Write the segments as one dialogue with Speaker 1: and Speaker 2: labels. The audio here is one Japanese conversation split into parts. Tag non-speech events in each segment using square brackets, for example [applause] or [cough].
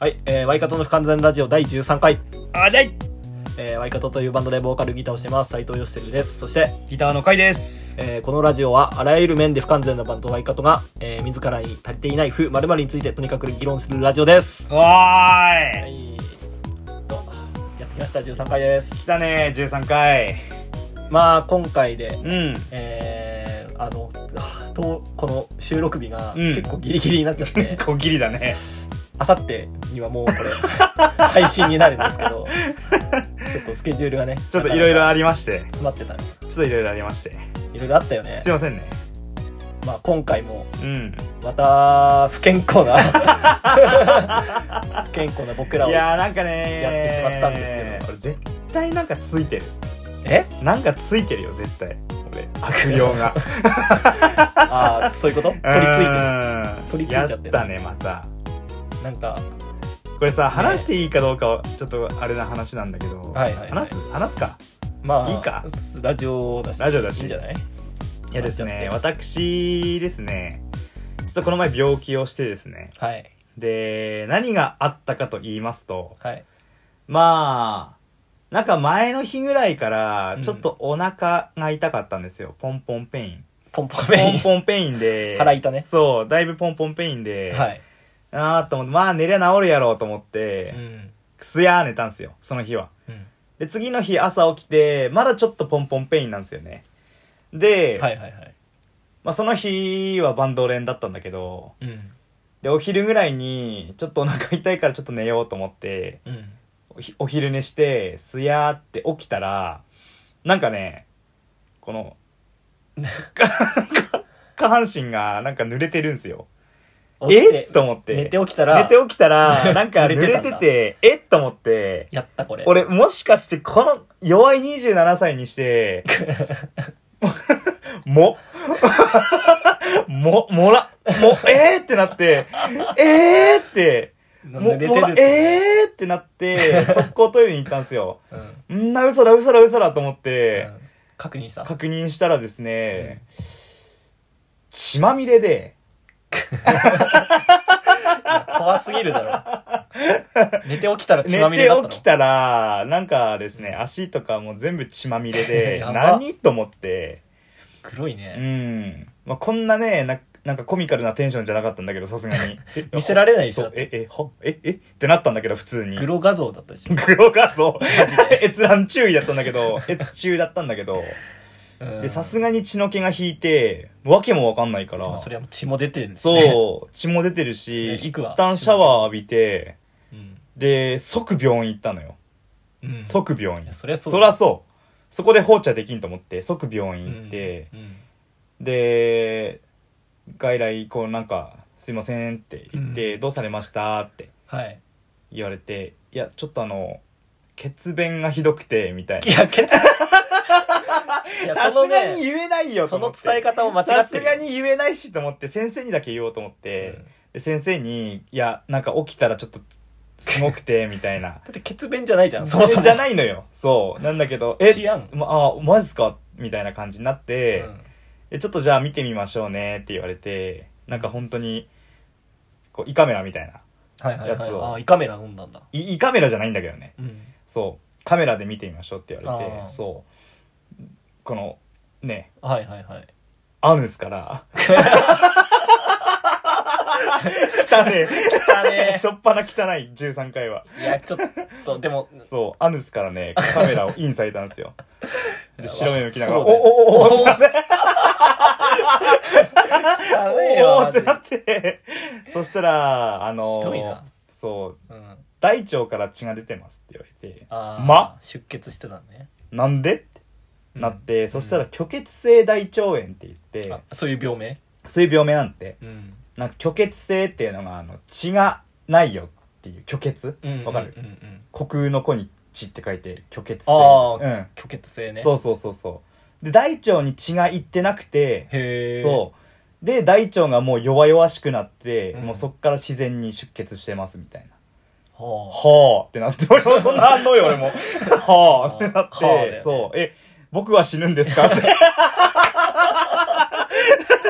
Speaker 1: はい、えー、ワイカトの不完全ラジオ第13回、
Speaker 2: あじゃい
Speaker 1: えー、ワイカトというバンドでボーカルギターをしてます、斉藤義輝です。そして、
Speaker 2: ギターの回です
Speaker 1: えーこのラジオはあらゆる面で不完全なバンドワイカトが、えー自らに足りていない不〇〇についてとにかく議論するラジオです。
Speaker 2: おーい、
Speaker 1: はい、ずっとやってきました、13回です。
Speaker 2: 来たね13回
Speaker 1: まあ、今回で、
Speaker 2: うん
Speaker 1: えー、あの、はあとこの収録日が
Speaker 2: うん
Speaker 1: 結構ギリギリになっちゃって、
Speaker 2: 小切りだね
Speaker 1: あさってにはもうこれ、配信になるん
Speaker 2: [laughs]
Speaker 1: ですけど、ちょっとスケジュールがね、
Speaker 2: ちょっといろい
Speaker 1: なか
Speaker 2: ろ
Speaker 1: なか
Speaker 2: ありまして
Speaker 1: 詰まってたね。
Speaker 2: ちょっといろいろありまして
Speaker 1: いろいろあったよね
Speaker 2: すい。ませんね
Speaker 1: まあ今回も
Speaker 2: うん
Speaker 1: また不健康な [laughs] 不健康な僕らを
Speaker 2: いやーなんかね
Speaker 1: やってしまったんですけど
Speaker 2: 俺絶対なんかついてる
Speaker 1: え
Speaker 2: なんかついてるよ絶対
Speaker 1: [laughs]
Speaker 2: 俺悪霊が
Speaker 1: ああそういうこと取り付いて
Speaker 2: うん
Speaker 1: 取り付いちゃってる
Speaker 2: やったねまた
Speaker 1: るなんか
Speaker 2: これさ話していいかどうかはちょっとあれな話なんだけど、
Speaker 1: はいはいはい
Speaker 2: 話す話すか
Speaker 1: まあ
Speaker 2: いいか
Speaker 1: ラジオだし
Speaker 2: ラジオだし
Speaker 1: いいんじゃない
Speaker 2: いやですね、
Speaker 1: 話
Speaker 2: 私ですね、ちょっとこの前病気をしてですね、
Speaker 1: はい
Speaker 2: で、何があったかと言いますと、
Speaker 1: はい
Speaker 2: まあ、なんか前の日ぐらいから
Speaker 1: うん、
Speaker 2: ちょっとお腹が痛かったんですよ。ポンポンペイン。
Speaker 1: ポンポン
Speaker 2: ポン
Speaker 1: メ、
Speaker 2: ポンペイン
Speaker 1: [laughs]
Speaker 2: で
Speaker 1: 腹痛ね
Speaker 2: そう、だいぶポンポンペインで、
Speaker 1: インはい
Speaker 2: あーと思って、まあ寝りゃ治るやろうと思っ
Speaker 1: う
Speaker 2: て、
Speaker 1: ん
Speaker 2: くすやー寝たんですよ、その日は。
Speaker 1: うん
Speaker 2: で、次の日朝起きて、まだちょっとポンポンペインなんですよね。で、
Speaker 1: はいはいはい
Speaker 2: まあ、その日はバンド連だったんだけど、
Speaker 1: うん
Speaker 2: で、お昼ぐらいに、ちょっとお腹痛いからちょっと寝ようと思って、
Speaker 1: うん
Speaker 2: おひお昼寝して、すやーって起きたら、なんかね、この、 [laughs] か下半身がなんか濡れてるんですよ。
Speaker 1: 起き
Speaker 2: え
Speaker 1: て
Speaker 2: と思って。
Speaker 1: 寝て起きたら
Speaker 2: 寝て起きたら、なんか
Speaker 1: 濡
Speaker 2: 濡
Speaker 1: れてた
Speaker 2: れ
Speaker 1: んだ
Speaker 2: てて、えと思って、
Speaker 1: やったこれ
Speaker 2: 俺、もしかして、この、弱い27歳にして、 [laughs] も、 [laughs] も、もら、も、えーってなって、えーって、も、
Speaker 1: 濡
Speaker 2: も
Speaker 1: れ
Speaker 2: ら、
Speaker 1: てる
Speaker 2: えーってなって、速攻トイレに行ったんですよ。
Speaker 1: うんうん
Speaker 2: んな、嘘だ、嘘だ、嘘だと思って、
Speaker 1: 確認した
Speaker 2: 確認したらですね、血まみれで、
Speaker 1: 怖すぎるだ
Speaker 2: [laughs]
Speaker 1: ろ寝て起きたら血
Speaker 2: 寝
Speaker 1: まみれ
Speaker 2: て
Speaker 1: だったの
Speaker 2: 起きたら、なんかですね、足とかも全部血まみれ
Speaker 1: [laughs]
Speaker 2: で、
Speaker 1: やば
Speaker 2: 何と思って、
Speaker 1: 黒いうね。
Speaker 2: ん。まあ、こんなね、な、なんかコミカルなテンションじゃなかったんだけど、さすがに
Speaker 1: [laughs] 見せられないでし
Speaker 2: そ
Speaker 1: ょ
Speaker 2: う、え、え、は、え、えってなったんだけど、普通に。
Speaker 1: グロ画像だったでしょ
Speaker 2: グロ画像。 [laughs] 閲覧注意だったんだけど、閲中だったんだけど、
Speaker 1: うん
Speaker 2: で、さすがに血の気が引いて、わけもわかんないから、
Speaker 1: まあそれは血も出てるんですね
Speaker 2: そう、血も出てるし、
Speaker 1: それ引
Speaker 2: 一
Speaker 1: くわ
Speaker 2: 旦シャワー浴びて、
Speaker 1: うん
Speaker 2: で、即病院行ったのよ。
Speaker 1: うん
Speaker 2: 即病
Speaker 1: い
Speaker 2: 院
Speaker 1: や。そりゃそう
Speaker 2: そらそう。そこで放置はできんと思って、即病院行って、
Speaker 1: うんうん
Speaker 2: で外来こうなんか「すいません」って言って「どうされました?」って
Speaker 1: はい
Speaker 2: 言われて「いやちょっとあの血便がひどくて」みたい
Speaker 1: い
Speaker 2: な
Speaker 1: やけどいや
Speaker 2: さ
Speaker 1: その
Speaker 2: すがに
Speaker 1: ね
Speaker 2: 言えないよと
Speaker 1: そ
Speaker 2: 思
Speaker 1: の
Speaker 2: って
Speaker 1: 伝え方を間違
Speaker 2: さ
Speaker 1: って
Speaker 2: す
Speaker 1: る
Speaker 2: がに言えないしと思って先生にだけ言おうと思って、
Speaker 1: うん
Speaker 2: で先生に「いやなんか起きたらちょっとすごくて」みたいな
Speaker 1: だって血便じゃないじゃん
Speaker 2: それじゃ
Speaker 1: い
Speaker 2: ないのよそうなんだけど「え
Speaker 1: 治安
Speaker 2: まあマジっすか?」みたいな感じになって、
Speaker 1: うん
Speaker 2: でちょっとじゃあ見てみましょうねって言われてなんか本当にこう胃カメラみたいな
Speaker 1: はいはい
Speaker 2: や
Speaker 1: はい
Speaker 2: つを
Speaker 1: ああ胃カメラ飲んだんだ
Speaker 2: い胃カメラじゃないんだけどね
Speaker 1: うん
Speaker 2: そうカメラで見てみましょうって言われて
Speaker 1: あー
Speaker 2: そうこのね
Speaker 1: はいはいはい
Speaker 2: アヌスから汚ね
Speaker 1: だ
Speaker 2: え
Speaker 1: ね
Speaker 2: しょっぱな汚い13回はい
Speaker 1: やちょっとでも
Speaker 2: そうアヌスからねカメラをインされたんですよで白目向きながら「
Speaker 1: そ
Speaker 2: お
Speaker 1: うだよ
Speaker 2: おおおおお
Speaker 1: だね
Speaker 2: おーってな
Speaker 1: マ
Speaker 2: っ
Speaker 1: ジ
Speaker 2: てそしたらあのー
Speaker 1: ひどいな
Speaker 2: そう
Speaker 1: でうん
Speaker 2: 大腸から血が出てますって言われて
Speaker 1: あー
Speaker 2: ま
Speaker 1: 出血してたね
Speaker 2: なんでって
Speaker 1: うん
Speaker 2: なって、そしたら虚血性大腸炎って言って、
Speaker 1: あそういう病名
Speaker 2: そういう病名なんて
Speaker 1: うん
Speaker 2: なんか虚血性っていうのがあの血がないよっていう虚血わ、
Speaker 1: うん
Speaker 2: かる、
Speaker 1: うんうんうん
Speaker 2: 虚空の子に血って書いて虚血性
Speaker 1: あ
Speaker 2: うん
Speaker 1: あ虚血性ね
Speaker 2: そうそうそうそうで大腸に血がいってなくて
Speaker 1: へえ
Speaker 2: そうで大腸がもう弱々しくなって、
Speaker 1: うん
Speaker 2: もうそっから自然に出血してますみたいな
Speaker 1: うはあ
Speaker 2: はあってなって、俺もそんな反応よ、
Speaker 1: [laughs]
Speaker 2: 俺も。はあってなって、
Speaker 1: はあだよね
Speaker 2: そう、え、僕は [laughs] 死ぬんですかって。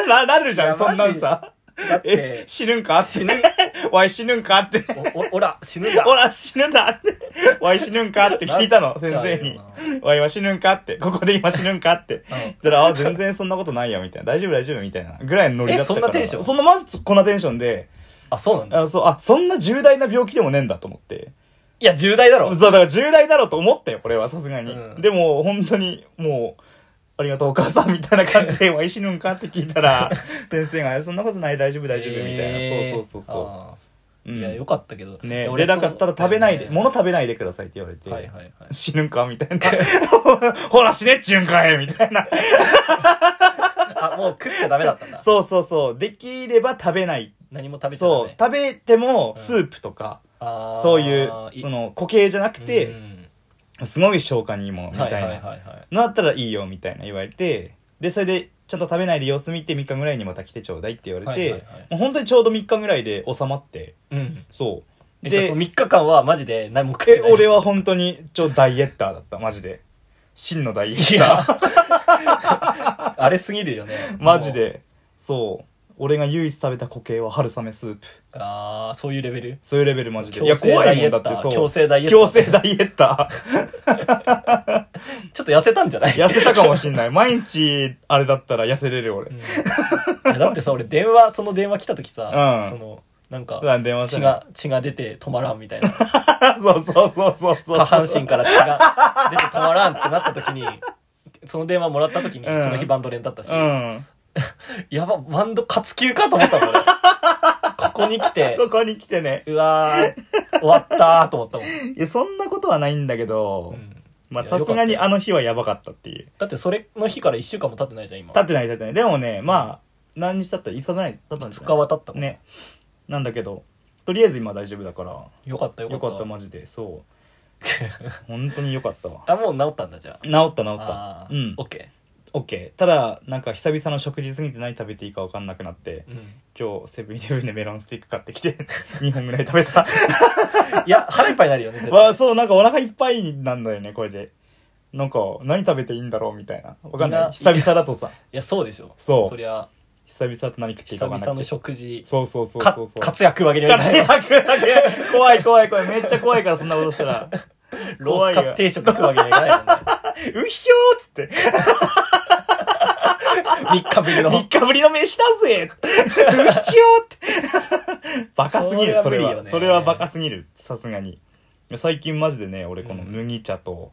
Speaker 2: な、なるじゃ
Speaker 1: い
Speaker 2: ん、
Speaker 1: や
Speaker 2: そんなんさ。
Speaker 1: だっ
Speaker 2: え
Speaker 1: て、
Speaker 2: 死ぬんかってね。 [laughs] わい死ぬんかって。
Speaker 1: お、お、おら、死ぬんだ。
Speaker 2: ほら、死ぬんだって。わい死ぬんかって聞いたの、先生に
Speaker 1: なんか。
Speaker 2: わいは死ぬんかって。ここで今死ぬんかって。そしたら、あ、全然そんなことないよ、みたいな。大丈夫、大丈夫、みたいな。ぐらいのノリだったから。
Speaker 1: えそんなテンション
Speaker 2: そんな、まずこんなテンションで、
Speaker 1: あ、そうなんだ。
Speaker 2: あ、そう、あ、そんな重大な病気でもねえんだと思って。
Speaker 1: いや、重大だろ。
Speaker 2: [laughs] そう、だから重大だろうと思ったよ、これは、さすがに。
Speaker 1: うん
Speaker 2: でも、本当に、もう、ありがとう、お母さん、みたいな感じで、わい死ぬんかって聞い
Speaker 1: [laughs]
Speaker 2: たら、先生が、そんなことない、大丈夫、大丈夫、みたいな。
Speaker 1: えー
Speaker 2: そうそうそうそ
Speaker 1: あ
Speaker 2: う。う
Speaker 1: ー
Speaker 2: ん
Speaker 1: いや、よかったけど。
Speaker 2: ね、
Speaker 1: 俺
Speaker 2: 出なかったら食べないで、
Speaker 1: そう
Speaker 2: 物食べないでくださいって言われて、
Speaker 1: はいはいはい。
Speaker 2: 死ぬんかみたいな。
Speaker 1: [laughs]
Speaker 2: ほら死ねっちゅうんかいみたいな。
Speaker 1: あ、もう食っちゃダメだ
Speaker 2: [laughs]
Speaker 1: ったんだ。
Speaker 2: そうそうそう。できれば食べない。
Speaker 1: 何も食べちゃダ
Speaker 2: そう
Speaker 1: メ。。
Speaker 2: 食べても
Speaker 1: うん
Speaker 2: スープとか、
Speaker 1: あー
Speaker 2: そういう、そ、の固形じゃなく
Speaker 1: う
Speaker 2: て、
Speaker 1: ん
Speaker 2: すごい消化にいいものみた
Speaker 1: はいいはいはい
Speaker 2: な。
Speaker 1: はい。
Speaker 2: のだったらいいよみたいな言われて、で、それで、ちゃんと食べないで様子見て3日ぐらいにまた来てちょうだいって言われて、
Speaker 1: はいはいはい
Speaker 2: もう本当にちょうど3日ぐらいで収まって、
Speaker 1: うん。
Speaker 2: そう。
Speaker 1: えじゃあ
Speaker 2: で
Speaker 1: その、3日間はマジで何も食って
Speaker 2: え、
Speaker 1: ない。
Speaker 2: 俺は本当に、ちょ、ダイエッターだった、マジで。真のダ
Speaker 1: [laughs]
Speaker 2: イエッター。
Speaker 1: あれすぎるよね。
Speaker 2: マジ。で。そう。俺が唯一食べた固形は春雨スープ。
Speaker 1: ああ、そういうレベル。
Speaker 2: そういうレベルマジで。い
Speaker 1: 強
Speaker 2: や、
Speaker 1: 制
Speaker 2: 怖
Speaker 1: ダ
Speaker 2: い
Speaker 1: イ
Speaker 2: も
Speaker 1: エ
Speaker 2: んだ
Speaker 1: ッ
Speaker 2: っ
Speaker 1: タ
Speaker 2: て、
Speaker 1: ー。
Speaker 2: そう。
Speaker 1: 強制ダイエッター。
Speaker 2: 強制ダイエッタ
Speaker 1: ちょっと痩せたんじゃない
Speaker 2: ー。痩せたかもしんない。毎日、あれだったら痩せれる俺。
Speaker 1: いやだってさ、俺電話、その電話来た時さ、
Speaker 2: うん
Speaker 1: その、なんか、
Speaker 2: うん電話した
Speaker 1: 血
Speaker 2: ね
Speaker 1: が、血が出て止まらんみたいな。
Speaker 2: [laughs] そうそうそうそうそう。
Speaker 1: 下半身から血が出て止まらんってなった時に、その電話もらった時に、
Speaker 2: うん
Speaker 1: その日バンド連だったし、
Speaker 2: うん。
Speaker 1: やば、バンド活休かと思ったもん、俺ここに来て、
Speaker 2: ここに来てね。
Speaker 1: うわー、終わったーと思ったもん。
Speaker 2: いや、そんなことはないんだけど、
Speaker 1: うん
Speaker 2: まあ、
Speaker 1: いや
Speaker 2: さすが
Speaker 1: よ
Speaker 2: に
Speaker 1: かった
Speaker 2: あの日はやばかったっていう。
Speaker 1: だってそれの日から1週間も経ってないじゃん、今。
Speaker 2: 立ってない立ってない。でもね、まあ、何日経った ?5 日ぐらい経ったんです
Speaker 1: 2
Speaker 2: か
Speaker 1: 日は経ったもん。
Speaker 2: ね。なんだけど、とりあえず今大丈夫だから。
Speaker 1: よかったよか
Speaker 2: よ
Speaker 1: った。
Speaker 2: かったマジでそう
Speaker 1: [laughs]
Speaker 2: 本当によかったわ
Speaker 1: あ、もう治ったんだ、じゃあ。
Speaker 2: 治った治った
Speaker 1: あ
Speaker 2: う
Speaker 1: ー
Speaker 2: ん
Speaker 1: オッケ
Speaker 2: オッケーただなんか久々の食事すぎて何食べていいか分かんなくなって
Speaker 1: ー。うん
Speaker 2: 今日セブンイレブンでメロンスティック買ってきて [laughs] 2本ぐらい食べた
Speaker 1: いや、腹いっぱいになるよね、絶対
Speaker 2: わあそうなんかお腹いっぱいなんだよねこれでなんか何食べていいんだろうみたいな分かん
Speaker 1: い
Speaker 2: な
Speaker 1: や
Speaker 2: い久々だとさ
Speaker 1: いや、そうでしょ。
Speaker 2: そう
Speaker 1: そりゃ、
Speaker 2: 久々だと何食ってい
Speaker 1: 久
Speaker 2: いか分か
Speaker 1: 々の
Speaker 2: んなくて
Speaker 1: 食事、
Speaker 2: そうそうそう
Speaker 1: か
Speaker 2: そうそう
Speaker 1: 活躍を上げるようにな
Speaker 2: 活
Speaker 1: る。
Speaker 2: 躍だけ [laughs] 怖い怖い怖いめっちゃ怖いからそんなことし
Speaker 1: [laughs]
Speaker 2: たら
Speaker 1: ロースカツ定食食うわけにはいかないよね。
Speaker 2: うひょーっつって
Speaker 1: 3
Speaker 2: [laughs]
Speaker 1: 日ぶりの。
Speaker 2: 三日ぶりの飯だぜうっひょ
Speaker 1: [laughs]
Speaker 2: ーって。バカすぎる、そ
Speaker 1: そ
Speaker 2: れ
Speaker 1: れは無理よ
Speaker 2: は。
Speaker 1: ね
Speaker 2: それはバカすぎる、さすがに。最近マジでね、俺この麦茶と、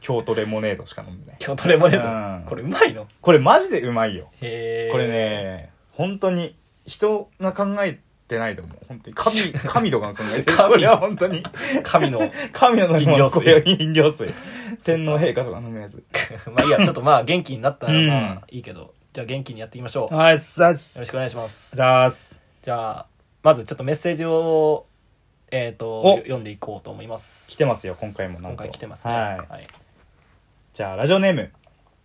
Speaker 2: 京都レモネードしか飲んでない。
Speaker 1: 今日トレモネ
Speaker 2: うん
Speaker 1: ード。これうまいの
Speaker 2: これマジでうまいよ。
Speaker 1: へー
Speaker 2: これ。ね、本当に、人が考えてないと思う。本当
Speaker 1: [laughs]
Speaker 2: に、神、神とかが考えてる。
Speaker 1: 神
Speaker 2: これは本当に。
Speaker 1: 神
Speaker 2: [laughs]
Speaker 1: の。
Speaker 2: 神の飲み
Speaker 1: 飲料
Speaker 2: 物、
Speaker 1: 水
Speaker 2: これ飲料水。天皇陛下とか飲むやつ。
Speaker 1: まあいいや、ちょっとまあ元気になったらま
Speaker 2: うん
Speaker 1: あいいけど、じゃあ元気にやっていきましょう。よ
Speaker 2: はい、さっす
Speaker 1: ろ。しくお願いします。
Speaker 2: さっす。
Speaker 1: じゃあ、まずちょっとメッセージを、えっ
Speaker 2: お
Speaker 1: と、読んでいこうと思います。
Speaker 2: 来てますよ、今回もなん
Speaker 1: 今
Speaker 2: と。
Speaker 1: 回来てますね。
Speaker 2: はい。
Speaker 1: はい。
Speaker 2: じゃあ、ラジオネーム、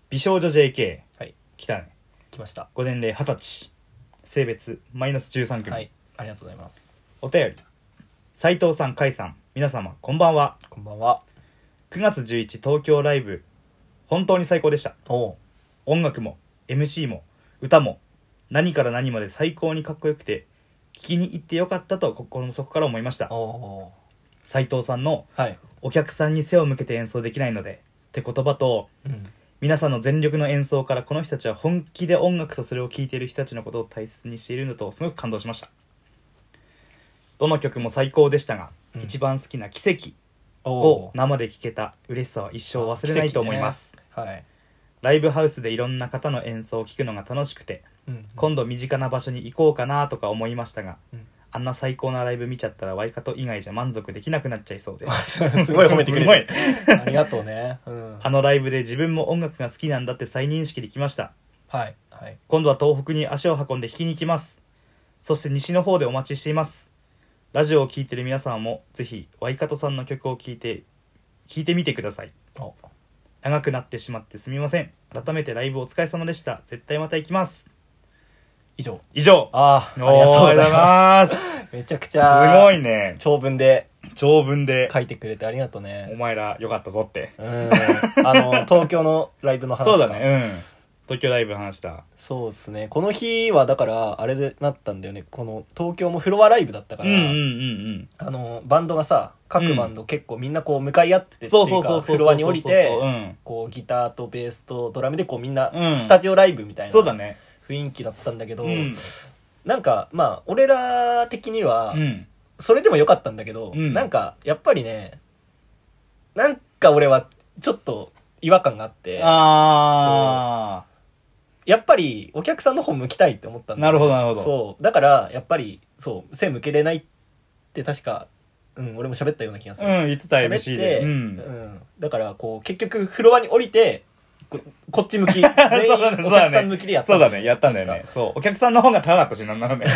Speaker 2: 美少女 JK。
Speaker 1: はい。
Speaker 2: 来たね。
Speaker 1: 来ました。
Speaker 2: ご年齢二十歳。性別、マイナス13組。
Speaker 1: はい。ありがとうございます。
Speaker 2: お便り。斉藤さん、甲斐さん、皆様、こんばんは。
Speaker 1: こんばんは。
Speaker 2: 9月11東京ライブ、本当に最高でした。
Speaker 1: おう。
Speaker 2: 音楽も、MC も、歌も、何から何まで最高にかっこよくて、聞きに行ってよかったと心の底から思いました
Speaker 1: お。お
Speaker 2: 斉藤さんの、
Speaker 1: う。はい。
Speaker 2: お客さんに背を向けて演奏できないので、って言葉と、
Speaker 1: うん。
Speaker 2: 皆さんの全力の演奏からこの人たちは本気で音楽とそれを聴いている人たちのことを大切にしているのとすごく感動しましたどの曲も最高でした
Speaker 1: う
Speaker 2: が、
Speaker 1: ん
Speaker 2: 一番好きな「奇跡」
Speaker 1: お
Speaker 2: を生で聴けた嬉しさは一生忘れないと思います、。
Speaker 1: 奇跡ねはい。
Speaker 2: ライブハウスでいろんな方の演奏を聴くのが楽しくて
Speaker 1: うん
Speaker 2: 今度身近な場所に行こうかなとか思いましたが、
Speaker 1: うん
Speaker 2: あんな最高なライブ見ちゃったらワイカト以外じゃ満足できなくなっちゃいそうです
Speaker 1: [laughs] すごい褒めてくれる。
Speaker 2: す
Speaker 1: ありがとうね。うん。
Speaker 2: ごいあのライブで自分も音楽が好きなんだって再認識できました
Speaker 1: はい。はい。
Speaker 2: 今度は東北に足を運んで弾きに行きますそして西の方でお待ちしていますラジオを聴いてる皆さんもぜひワイカトさんの曲を聴いて聴いてみてください
Speaker 1: お
Speaker 2: 長くなってしまってすみません改めてライブお疲れ様でした絶対また行きます
Speaker 1: 以上。
Speaker 2: 以上
Speaker 1: ああ、あ
Speaker 2: お
Speaker 1: り
Speaker 2: ー
Speaker 1: がとうございます。
Speaker 2: すす
Speaker 1: めちゃくちゃ、
Speaker 2: ごいね
Speaker 1: 長文で
Speaker 2: 長文で
Speaker 1: 書いてくれてありがとう
Speaker 2: お
Speaker 1: ね。
Speaker 2: 前らよかったぞって
Speaker 1: [laughs] うん。あの、東京のライブの話。
Speaker 2: そうだ。ね東京ライブの話だ
Speaker 1: そうですねこの日はだからあれでなったんだよねこの東京もフロアライブだったか
Speaker 2: うん
Speaker 1: ら、
Speaker 2: うんうん
Speaker 1: あのバンドがさ各バンド結構みんなこう向かい合ってって
Speaker 2: う
Speaker 1: い
Speaker 2: ん
Speaker 1: うか
Speaker 2: そうそうそうそう
Speaker 1: フロアに降りて
Speaker 2: うん
Speaker 1: こうギターとベースとドラムでこうみんな
Speaker 2: うん
Speaker 1: スタジオライブみたいな
Speaker 2: そうだね
Speaker 1: 雰囲気だったんだけど、
Speaker 2: うん
Speaker 1: なんかまあ俺ら的には
Speaker 2: うん
Speaker 1: それでもよかったんだけど、
Speaker 2: うん
Speaker 1: なんかやっぱりねなんか俺はちょっと違和感があって
Speaker 2: あ
Speaker 1: やっぱりお客さんの方向きたいって思ったんだよね
Speaker 2: なるほどなるほど
Speaker 1: そうだからやっぱりそう背向けれないって確か、うん、俺も喋ったような気がす
Speaker 2: あ
Speaker 1: る、
Speaker 2: うん言ってた
Speaker 1: 喋
Speaker 2: MC
Speaker 1: って、
Speaker 2: でうん
Speaker 1: だからこう結局フロアに降りてここっち向き全員
Speaker 2: [laughs] そうだね
Speaker 1: お客さん向きでやった
Speaker 2: そ
Speaker 1: ん
Speaker 2: うだねやったんだよね
Speaker 1: 確
Speaker 2: そうお客さんの方が [laughs] 高かったしなんならね
Speaker 1: か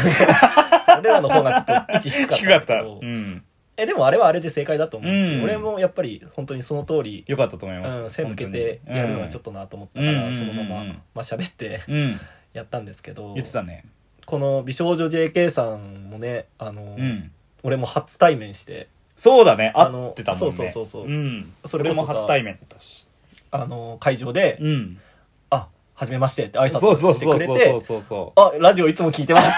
Speaker 1: 俺らの方がちょっと位置低かったん
Speaker 2: 低か
Speaker 1: だ
Speaker 2: っ
Speaker 1: け
Speaker 2: た
Speaker 1: ど
Speaker 2: うん
Speaker 1: えでもあれはあれで正解だと思うし、
Speaker 2: うん
Speaker 1: 俺もやっぱり本当にその通り、
Speaker 2: よかったと思いま
Speaker 1: うん、
Speaker 2: す
Speaker 1: 背向けてやるのはちょっ
Speaker 2: と
Speaker 1: となと思ったから、
Speaker 2: うん
Speaker 1: そのまま、
Speaker 2: うん
Speaker 1: まあ喋って
Speaker 2: うん
Speaker 1: やったんですけど
Speaker 2: 言ってたね
Speaker 1: この美少女 JK さんもねあの、
Speaker 2: うん
Speaker 1: 俺も初対面して
Speaker 2: そうだね
Speaker 1: あ
Speaker 2: 会
Speaker 1: の
Speaker 2: ってたもんね
Speaker 1: そうそうそうそうんそ
Speaker 2: そ
Speaker 1: れ
Speaker 2: れ
Speaker 1: こそ
Speaker 2: も
Speaker 1: さ
Speaker 2: 初対面だったし
Speaker 1: あの会場で
Speaker 2: うん
Speaker 1: 「あはじめまして」って挨拶
Speaker 2: そうそう
Speaker 1: して
Speaker 2: そ
Speaker 1: く
Speaker 2: う
Speaker 1: れ
Speaker 2: そう
Speaker 1: て
Speaker 2: そうそうそ
Speaker 1: 「あラジオいつも聞いてます」
Speaker 2: う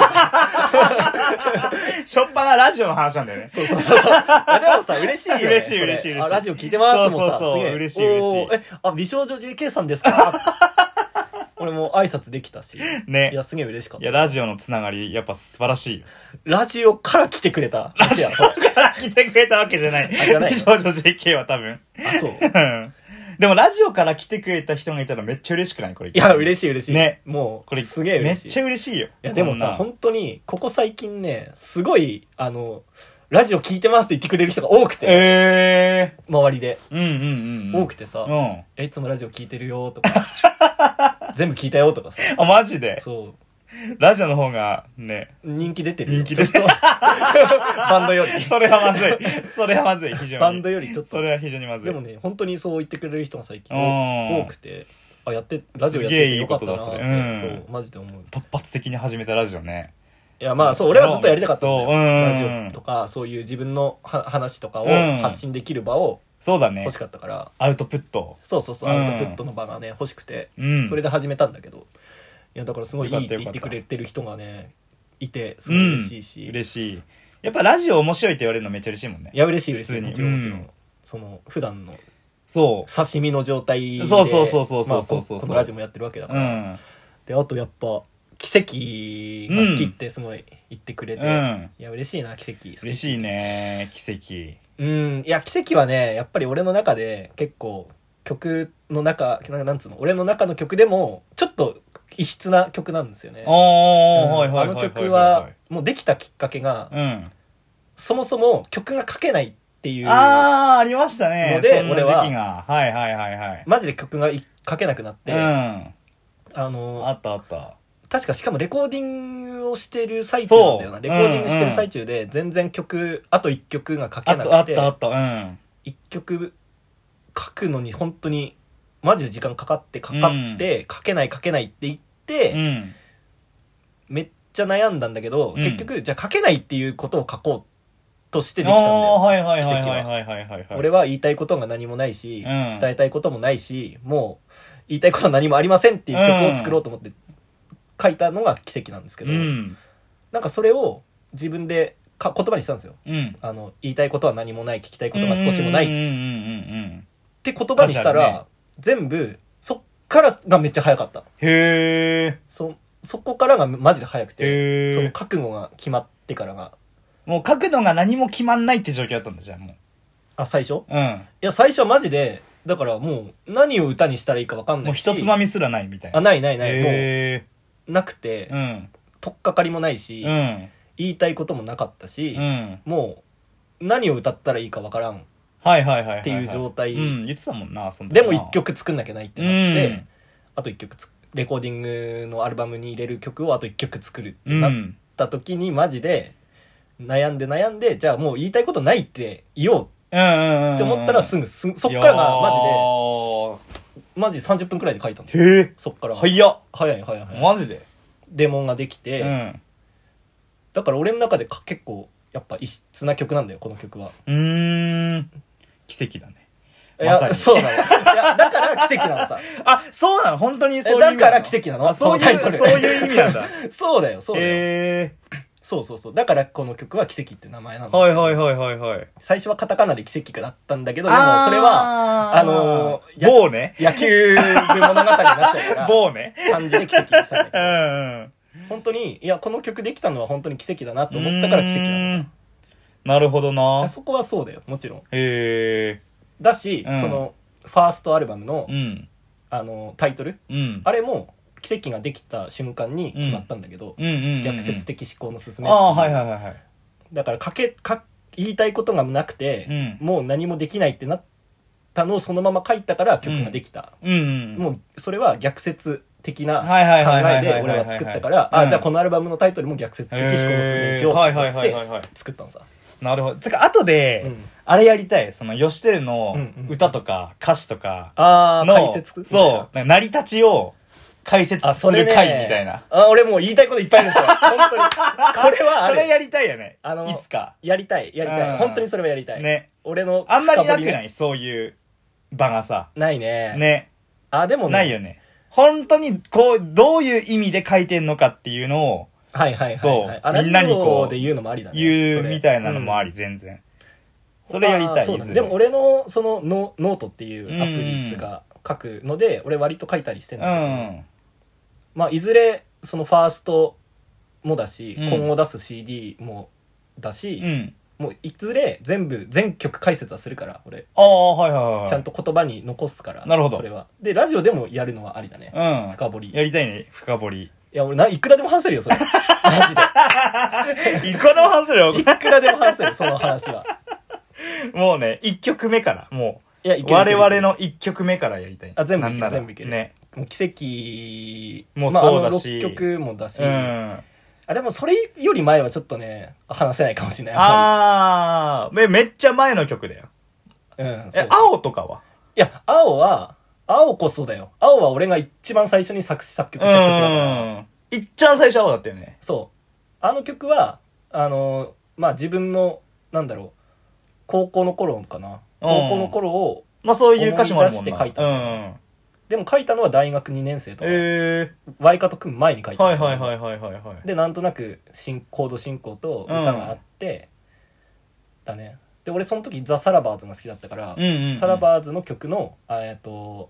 Speaker 2: しょっぱなラジオの話なんだよね
Speaker 1: そうそうそうそう。あでもさ、嬉しいよね。
Speaker 2: 嬉しい
Speaker 1: それ
Speaker 2: 嬉しい嬉しい
Speaker 1: あラジオ聞いてますもんさ。
Speaker 2: そうそうそう
Speaker 1: すげえ
Speaker 2: 嬉しい嬉しい
Speaker 1: おーえ、あ、美少女 JK さんですか俺も挨拶できたし。い
Speaker 2: ね
Speaker 1: や、すげえ嬉しかっ
Speaker 2: い
Speaker 1: た
Speaker 2: や。ラジオのつながりやっぱ素晴らしいよ
Speaker 1: ラジオから来てくれた。ラジオあ、
Speaker 2: から来てくれたわけじゃない。
Speaker 1: じゃない
Speaker 2: 美少女 JK は多分。
Speaker 1: そう。
Speaker 2: うんでもラジオから来てくれた人がいたらめっちゃ嬉しくないこれ。
Speaker 1: いや、嬉しい嬉しい。
Speaker 2: ね。
Speaker 1: もう、
Speaker 2: これ、
Speaker 1: すげえ
Speaker 2: めっ
Speaker 1: 嬉しい。
Speaker 2: ちゃ嬉しいよ。い
Speaker 1: いや、でもさ、
Speaker 2: ん
Speaker 1: 本当に、ここ最近ね、すごい、あの、ラジオ聞いてますって言ってくれる人が多くて、
Speaker 2: え
Speaker 1: 周りで。
Speaker 2: ー。うんうんうん。
Speaker 1: 多くてさ
Speaker 2: う、ん。
Speaker 1: えいつもラジオ聞いてるよとか、
Speaker 2: [laughs]
Speaker 1: 全部聞いたよとかさ、
Speaker 2: あ、マジで。
Speaker 1: そう。
Speaker 2: ラジオの方が、ね。
Speaker 1: 人気出てるよ
Speaker 2: 人気出
Speaker 1: ちょっと
Speaker 2: [laughs]
Speaker 1: バンドより
Speaker 2: それはまずい。それはまずい、非常に。
Speaker 1: バンドよりちょっと
Speaker 2: それは非常にまず
Speaker 1: で
Speaker 2: い。
Speaker 1: もね本当にそう言ってくれる人が最近
Speaker 2: うん
Speaker 1: 多くてあやってラジオやっててよかったなって
Speaker 2: すげえいいことだそれうん
Speaker 1: そうマジで思う
Speaker 2: 突発的に始めたラジオね。
Speaker 1: いやまあそう俺はずっとやりたかったんだ
Speaker 2: そうう
Speaker 1: よ
Speaker 2: ん
Speaker 1: ラジオとかそういう自分のは話とかを
Speaker 2: うん
Speaker 1: 発信できる場を
Speaker 2: そうだね
Speaker 1: 欲し。かったから
Speaker 2: アウトプット。
Speaker 1: そうそうそう
Speaker 2: うん
Speaker 1: アウトプットの場がね欲しくて
Speaker 2: うん
Speaker 1: それで始めたんだけどいやだからすごいいいって
Speaker 2: よ
Speaker 1: 言
Speaker 2: か
Speaker 1: っ
Speaker 2: ってた
Speaker 1: く
Speaker 2: よかった
Speaker 1: れてる人がねいてすごい嬉しいし
Speaker 2: うん嬉しい。やっぱラジオ面白いって言われるのめっちゃ嬉しいもんね
Speaker 1: い。や嬉しい嬉しい
Speaker 2: 普通に
Speaker 1: もちろんもちろ
Speaker 2: うんん
Speaker 1: その普段の
Speaker 2: そ
Speaker 1: 刺身の状態で
Speaker 2: そうそうそうそうそうそうそ
Speaker 1: ま
Speaker 2: う
Speaker 1: あここのラジオもやってるわけだ
Speaker 2: う。
Speaker 1: か [laughs]
Speaker 2: う
Speaker 1: ら、
Speaker 2: ん。
Speaker 1: であとやっぱ奇跡が好きってすごい言ってくれて、
Speaker 2: うん
Speaker 1: いや嬉しいな奇跡好き
Speaker 2: 嬉しいね奇
Speaker 1: うんいや奇跡はねやっぱり俺の中で結構曲の中なんかなんつうの俺の中の曲でもちょっと異質な曲なんですよね
Speaker 2: 跡お
Speaker 1: うん
Speaker 2: お、はいはい
Speaker 1: あ
Speaker 2: は
Speaker 1: の
Speaker 2: いはいい
Speaker 1: 曲はもうできたきっかけが、
Speaker 2: うん
Speaker 1: そもそも曲が書けないっていう
Speaker 2: ああありましたね
Speaker 1: ので
Speaker 2: そんな
Speaker 1: 俺
Speaker 2: 時
Speaker 1: は
Speaker 2: 期がはいはいはいはい
Speaker 1: マジで曲がい書けなくなって、
Speaker 2: うんあ
Speaker 1: あの
Speaker 2: ったあった
Speaker 1: 確かしかもレコーディングをしてる最中なんだよ
Speaker 2: そ
Speaker 1: な。
Speaker 2: う
Speaker 1: レコーディングしてる最中で全然曲、あと1曲が書け
Speaker 2: あ
Speaker 1: な
Speaker 2: ったあ
Speaker 1: く、
Speaker 2: ってたあったうん
Speaker 1: 1曲書くのに本当にマジで時間かかってかかって、書けない書けないって言って、
Speaker 2: うん
Speaker 1: めっちゃ悩んだんだけど、
Speaker 2: うん
Speaker 1: 結局じゃあ書けないっていうことを書こうとしてできたんだ
Speaker 2: ああー
Speaker 1: よ。
Speaker 2: はいはいはい
Speaker 1: 奇跡
Speaker 2: は
Speaker 1: はい
Speaker 2: はいはいはい
Speaker 1: 俺は言いたいことが何もないし、
Speaker 2: うん
Speaker 1: 伝えたいこともないし、もう言いたいことは何もありませんっていう曲を作ろうと思って書いたのが奇跡なんですけど、
Speaker 2: うん
Speaker 1: なんかそれを自分でか言葉にしたんですよ。
Speaker 2: うん
Speaker 1: あの、言いたいことは何もない、聞きたいことが少しもない
Speaker 2: うん
Speaker 1: っ
Speaker 2: うんうんうんうん
Speaker 1: て言葉にした
Speaker 2: 確かに
Speaker 1: ら、全部、そっからがめっちゃ早かった。
Speaker 2: へえ
Speaker 1: そ、そこからがマジで早くて、
Speaker 2: へ
Speaker 1: その
Speaker 2: え
Speaker 1: 覚悟が決まってからが、
Speaker 2: もう書くのが何も決まんないって状況だったんだじゃあもう
Speaker 1: あ、最初い
Speaker 2: うん
Speaker 1: や、最初はマジで、だからもう、何を歌にしたらいいかわかん
Speaker 2: も
Speaker 1: な
Speaker 2: う
Speaker 1: いし。
Speaker 2: 一つまみすらないみたい
Speaker 1: あ、
Speaker 2: な
Speaker 1: ないないない、も
Speaker 2: へえ
Speaker 1: う、なくて、
Speaker 2: うん
Speaker 1: とっかかりもないし、
Speaker 2: うん
Speaker 1: 言いたいこともなかったし、
Speaker 2: うん
Speaker 1: もう、何を歌ったらいいかわからん。
Speaker 2: はいはいはいはは
Speaker 1: っていう状態
Speaker 2: うん言ってたもんなその時
Speaker 1: でも
Speaker 2: な
Speaker 1: 一曲作んなきゃないってなって、
Speaker 2: うん
Speaker 1: あと一曲つレコーディングのアルバムに入れる曲をあと一曲作るって
Speaker 2: う
Speaker 1: なっ
Speaker 2: ん
Speaker 1: た時にマジで悩んで悩んでじゃあもう言いたいことないって言おう
Speaker 2: っ
Speaker 1: って思ったらすぐすそっからがマジでマジ30分くらいで書いたの
Speaker 2: ジでへえ
Speaker 1: そっから
Speaker 2: 早っ
Speaker 1: 早い早い早い
Speaker 2: マジで
Speaker 1: デモンができ
Speaker 2: う
Speaker 1: て、
Speaker 2: ん
Speaker 1: だから俺の中でか結構やっぱ異質な曲なんだよこの曲は
Speaker 2: うーん奇跡だね
Speaker 1: い
Speaker 2: まさ
Speaker 1: や、
Speaker 2: に
Speaker 1: そうなの。いや、だから奇跡なのさ。
Speaker 2: あそうなの本当に [laughs] そういう
Speaker 1: え
Speaker 2: 意味
Speaker 1: だから
Speaker 2: なの
Speaker 1: 奇跡なの
Speaker 2: あそ
Speaker 1: こ
Speaker 2: う
Speaker 1: のタ
Speaker 2: い
Speaker 1: イ
Speaker 2: う
Speaker 1: トル
Speaker 2: そういう意味なんだ
Speaker 1: [laughs] そうだよ、そうだよ。
Speaker 2: え
Speaker 1: そうそうそう。だからこの曲は奇跡って名前な
Speaker 2: ー、
Speaker 1: の。
Speaker 2: はいはいはいはいはい
Speaker 1: 最初はカタカナで奇跡だったんだけど、でもそれは、
Speaker 2: ー
Speaker 1: あのーや
Speaker 2: 某ね
Speaker 1: 野球部物語になっちゃう
Speaker 2: [laughs]
Speaker 1: から、
Speaker 2: 某ね
Speaker 1: 漢字で奇跡にしたんだけど
Speaker 2: うんうん
Speaker 1: 本当に、いや、この曲できたのは本当に奇跡だなと思ったから奇跡なの
Speaker 2: うー
Speaker 1: さ。
Speaker 2: んなるほどな
Speaker 1: そこはそうだよ、もちろん。
Speaker 2: へえ
Speaker 1: だし、
Speaker 2: うん
Speaker 1: その、ファーストアルバムの、
Speaker 2: うん
Speaker 1: あの、タイトル、
Speaker 2: うん
Speaker 1: あれも、奇跡ができた瞬間に決まったんだけど、
Speaker 2: うんうんうん
Speaker 1: 逆説的思考の進め。
Speaker 2: ああはいはいはいはい
Speaker 1: だからかけか言いたいことがなくて、
Speaker 2: うん
Speaker 1: もう何もできないってなったのをそのまま書いたから曲ができた、
Speaker 2: うんうん
Speaker 1: もうそれは逆説的な考
Speaker 2: はいはいはいはいは
Speaker 1: え
Speaker 2: い
Speaker 1: で俺は作ったか
Speaker 2: は
Speaker 1: ら
Speaker 2: いはいはい
Speaker 1: あじゃあこのアルバムのタイトルも逆説的思考の進しよう
Speaker 2: へー
Speaker 1: と
Speaker 2: はいはいはいはい
Speaker 1: 思
Speaker 2: は
Speaker 1: っ
Speaker 2: い
Speaker 1: て作ったのさ
Speaker 2: なるほどつか後で、
Speaker 1: うん
Speaker 2: あれやりたいその吉輝の
Speaker 1: うんうん
Speaker 2: 歌とか歌詞とか
Speaker 1: ああ
Speaker 2: の、
Speaker 1: 解説
Speaker 2: そうなんか成り立ちを解説
Speaker 1: あ
Speaker 2: す
Speaker 1: それ、
Speaker 2: る
Speaker 1: ね、
Speaker 2: 回みたいな
Speaker 1: あ俺もう言いたいこといっぱいあるんですよ
Speaker 2: [laughs]
Speaker 1: 本当にこれはあ
Speaker 2: それ
Speaker 1: れ
Speaker 2: やりたいよね
Speaker 1: あの
Speaker 2: いつか
Speaker 1: やりたいやりた
Speaker 2: うん
Speaker 1: い本当にそれはやりたい、
Speaker 2: ね
Speaker 1: 俺の
Speaker 2: あんまりなく
Speaker 1: 深掘
Speaker 2: ないそういう場がさ
Speaker 1: ないね
Speaker 2: ね
Speaker 1: あでもね
Speaker 2: ないよね本当にこうどういう意味で書いてんのかっていうのを
Speaker 1: はいはいはい、はい、
Speaker 2: そう
Speaker 1: あラジオ
Speaker 2: みんなにこう
Speaker 1: で言うのもありだね
Speaker 2: 言
Speaker 1: そうれ
Speaker 2: みたいなのもあり、
Speaker 1: うん
Speaker 2: 全然それやりた
Speaker 1: まあ
Speaker 2: い
Speaker 1: そうだ
Speaker 2: い
Speaker 1: ね
Speaker 2: ずれ
Speaker 1: でも俺のそのノノートっていうアプリっていうか書くので俺割と書いたりして
Speaker 2: う
Speaker 1: るんだけど
Speaker 2: ん
Speaker 1: まあいずれそのファーストもだし、
Speaker 2: うん
Speaker 1: 今後出す CD もだし
Speaker 2: う、ん
Speaker 1: もういずれ全部全曲解説はするから俺
Speaker 2: ああはいはいはいはい
Speaker 1: ちゃんと言葉に残すから
Speaker 2: なるほど
Speaker 1: それはでラジオでもやるのはありだね、
Speaker 2: うん
Speaker 1: 深掘りい
Speaker 2: やりたいね深掘り [laughs]
Speaker 1: や俺ないくらでも話せるよそれマジで
Speaker 2: いくらでも話せるよ
Speaker 1: いくらでも話せるその話は
Speaker 2: もうね一曲目からも
Speaker 1: いや
Speaker 2: う
Speaker 1: いけるい
Speaker 2: 我
Speaker 1: ける
Speaker 2: 々の一曲目からやりたい
Speaker 1: あ全部いける
Speaker 2: なんなら
Speaker 1: 全部いける
Speaker 2: ね
Speaker 1: もう奇跡
Speaker 2: もう
Speaker 1: まあ
Speaker 2: そうだし
Speaker 1: あの6曲もだし、
Speaker 2: うん
Speaker 1: あでもそれより前はちょっとね話せないかもしれないあ
Speaker 2: ああめめっちゃ前の曲だよ
Speaker 1: うんそう
Speaker 2: え青とかはい
Speaker 1: や青は青こそだよ青は俺が一番最初に作詞作曲した曲だから
Speaker 2: うんいっちゃん最初青だったよね
Speaker 1: そうあの曲はあのーまあ自分のなんだろう高校の頃かな高校の頃を
Speaker 2: まあそういう歌詞もあるもんな
Speaker 1: 思い出して書いた
Speaker 2: うんん
Speaker 1: でも書いたのは大学2年生とか
Speaker 2: え
Speaker 1: ワイカと組む前に書い
Speaker 2: え
Speaker 1: た
Speaker 2: はいはいはいいはいはいはい
Speaker 1: でなんとなく進コード進行と歌があって、だねで俺その時ザ・サラバーズが好きだったから、
Speaker 2: うんうんうん
Speaker 1: サラバーズの曲の「あえっと、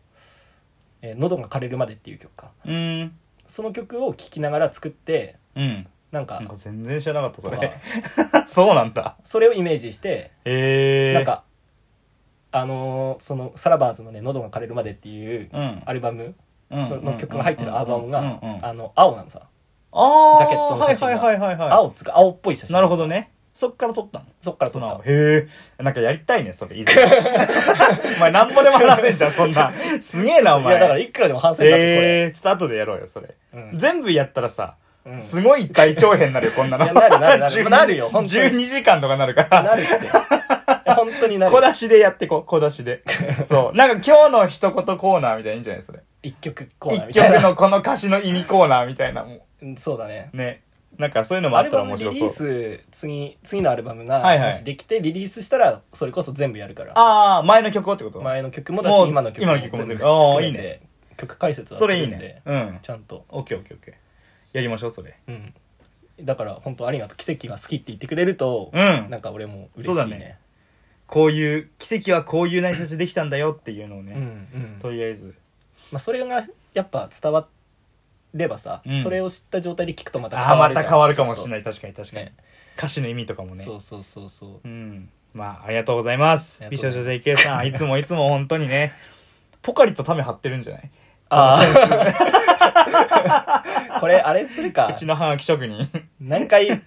Speaker 1: えー喉が枯れるまで」っていう曲か
Speaker 2: うん
Speaker 1: その曲を聴きながら作って
Speaker 2: うん
Speaker 1: なんか
Speaker 2: なんか全然知らなかったそ
Speaker 1: と
Speaker 2: れ
Speaker 1: か
Speaker 2: [laughs] そうなんだ
Speaker 1: それをイメージして、
Speaker 2: ええ
Speaker 1: なんかあのーそのサラバーズのね「喉が枯れるまで」っていう
Speaker 2: うん
Speaker 1: アルバム、
Speaker 2: うん
Speaker 1: その曲が入ってるアルバムが、
Speaker 2: うんうんうん
Speaker 1: あの青なのさ、
Speaker 2: あ
Speaker 1: ジャケットの写真が
Speaker 2: はいはいはいはい、はい、
Speaker 1: 青っつうか青っぽい写真
Speaker 2: なるほどねそっから撮ったの
Speaker 1: そっから
Speaker 2: そ
Speaker 1: 撮った
Speaker 2: のへえなんかやりたいねそれ以前 [laughs] お前なんぼでも話せんじゃんそ
Speaker 1: [laughs]
Speaker 2: んなすげえなお
Speaker 1: い
Speaker 2: 前
Speaker 1: やだからいくらでも反省だって
Speaker 2: えー、ちょっと後でやろうよそれ、
Speaker 1: うん
Speaker 2: 全部やったらさ、
Speaker 1: うん
Speaker 2: すごい大長編になるよこんなの
Speaker 1: いやなるなるな
Speaker 2: [laughs]
Speaker 1: る
Speaker 2: 12
Speaker 1: なるよ本当に
Speaker 2: 12時間とかなるか
Speaker 1: これ
Speaker 2: ら
Speaker 1: なるっていや本当になる
Speaker 2: 小出しでやって [laughs] こう小出し [laughs] でそうなんか今日の一言コーナーみたいないいんじゃないそれ
Speaker 1: 一曲コーナー
Speaker 2: 一
Speaker 1: みたい
Speaker 2: 曲
Speaker 1: な
Speaker 2: のこの歌詞の意味コーナーみたいなも
Speaker 1: [laughs] うんそうだね
Speaker 2: うねなんかそういうのも
Speaker 1: ア
Speaker 2: あっ
Speaker 1: ル
Speaker 2: たら
Speaker 1: バム
Speaker 2: 面
Speaker 1: リ
Speaker 2: 白
Speaker 1: リ
Speaker 2: そう
Speaker 1: ース次次のアルバムが
Speaker 2: はいはい
Speaker 1: もしできてリリースしたらそれこそ全部やるから
Speaker 2: ああ前の曲をってこと
Speaker 1: 前の曲もだ
Speaker 2: もう
Speaker 1: し今の曲
Speaker 2: 今の曲も全部
Speaker 1: 含め
Speaker 2: あーいいね
Speaker 1: 曲解説はす
Speaker 2: そ
Speaker 1: るん
Speaker 2: れ
Speaker 1: で
Speaker 2: いいねうん
Speaker 1: ちゃんと
Speaker 2: オッケーオッケーオッケーやりましょうそれ
Speaker 1: うんだから本当ありがとう奇跡が好きって言ってくれると
Speaker 2: うん
Speaker 1: なんか俺も
Speaker 2: そう
Speaker 1: 嬉
Speaker 2: だ
Speaker 1: しい
Speaker 2: ね
Speaker 1: ね
Speaker 2: こういう奇跡はこういう成り立ちできたんだよっていうのをね、
Speaker 1: うんうん
Speaker 2: とりあえず
Speaker 1: まあそれがやっぱ伝わればさ
Speaker 2: うん
Speaker 1: それを知った状態で聞くとまた
Speaker 2: ああまた変わるかもしれないい確かに確かに、
Speaker 1: ね
Speaker 2: 歌詞の意味とかもね
Speaker 1: そうそうそうそう
Speaker 2: うんまあありがとうございます
Speaker 1: あり
Speaker 2: 美
Speaker 1: がとう
Speaker 2: 少
Speaker 1: ご
Speaker 2: 女
Speaker 1: ざ
Speaker 2: JK さんいつもいつも本当にねポカリとタメ張ってるんじゃない
Speaker 1: あ [laughs] あ。これ、あれするか
Speaker 2: う。ちのハガキ職 [laughs] 人
Speaker 1: 何回、は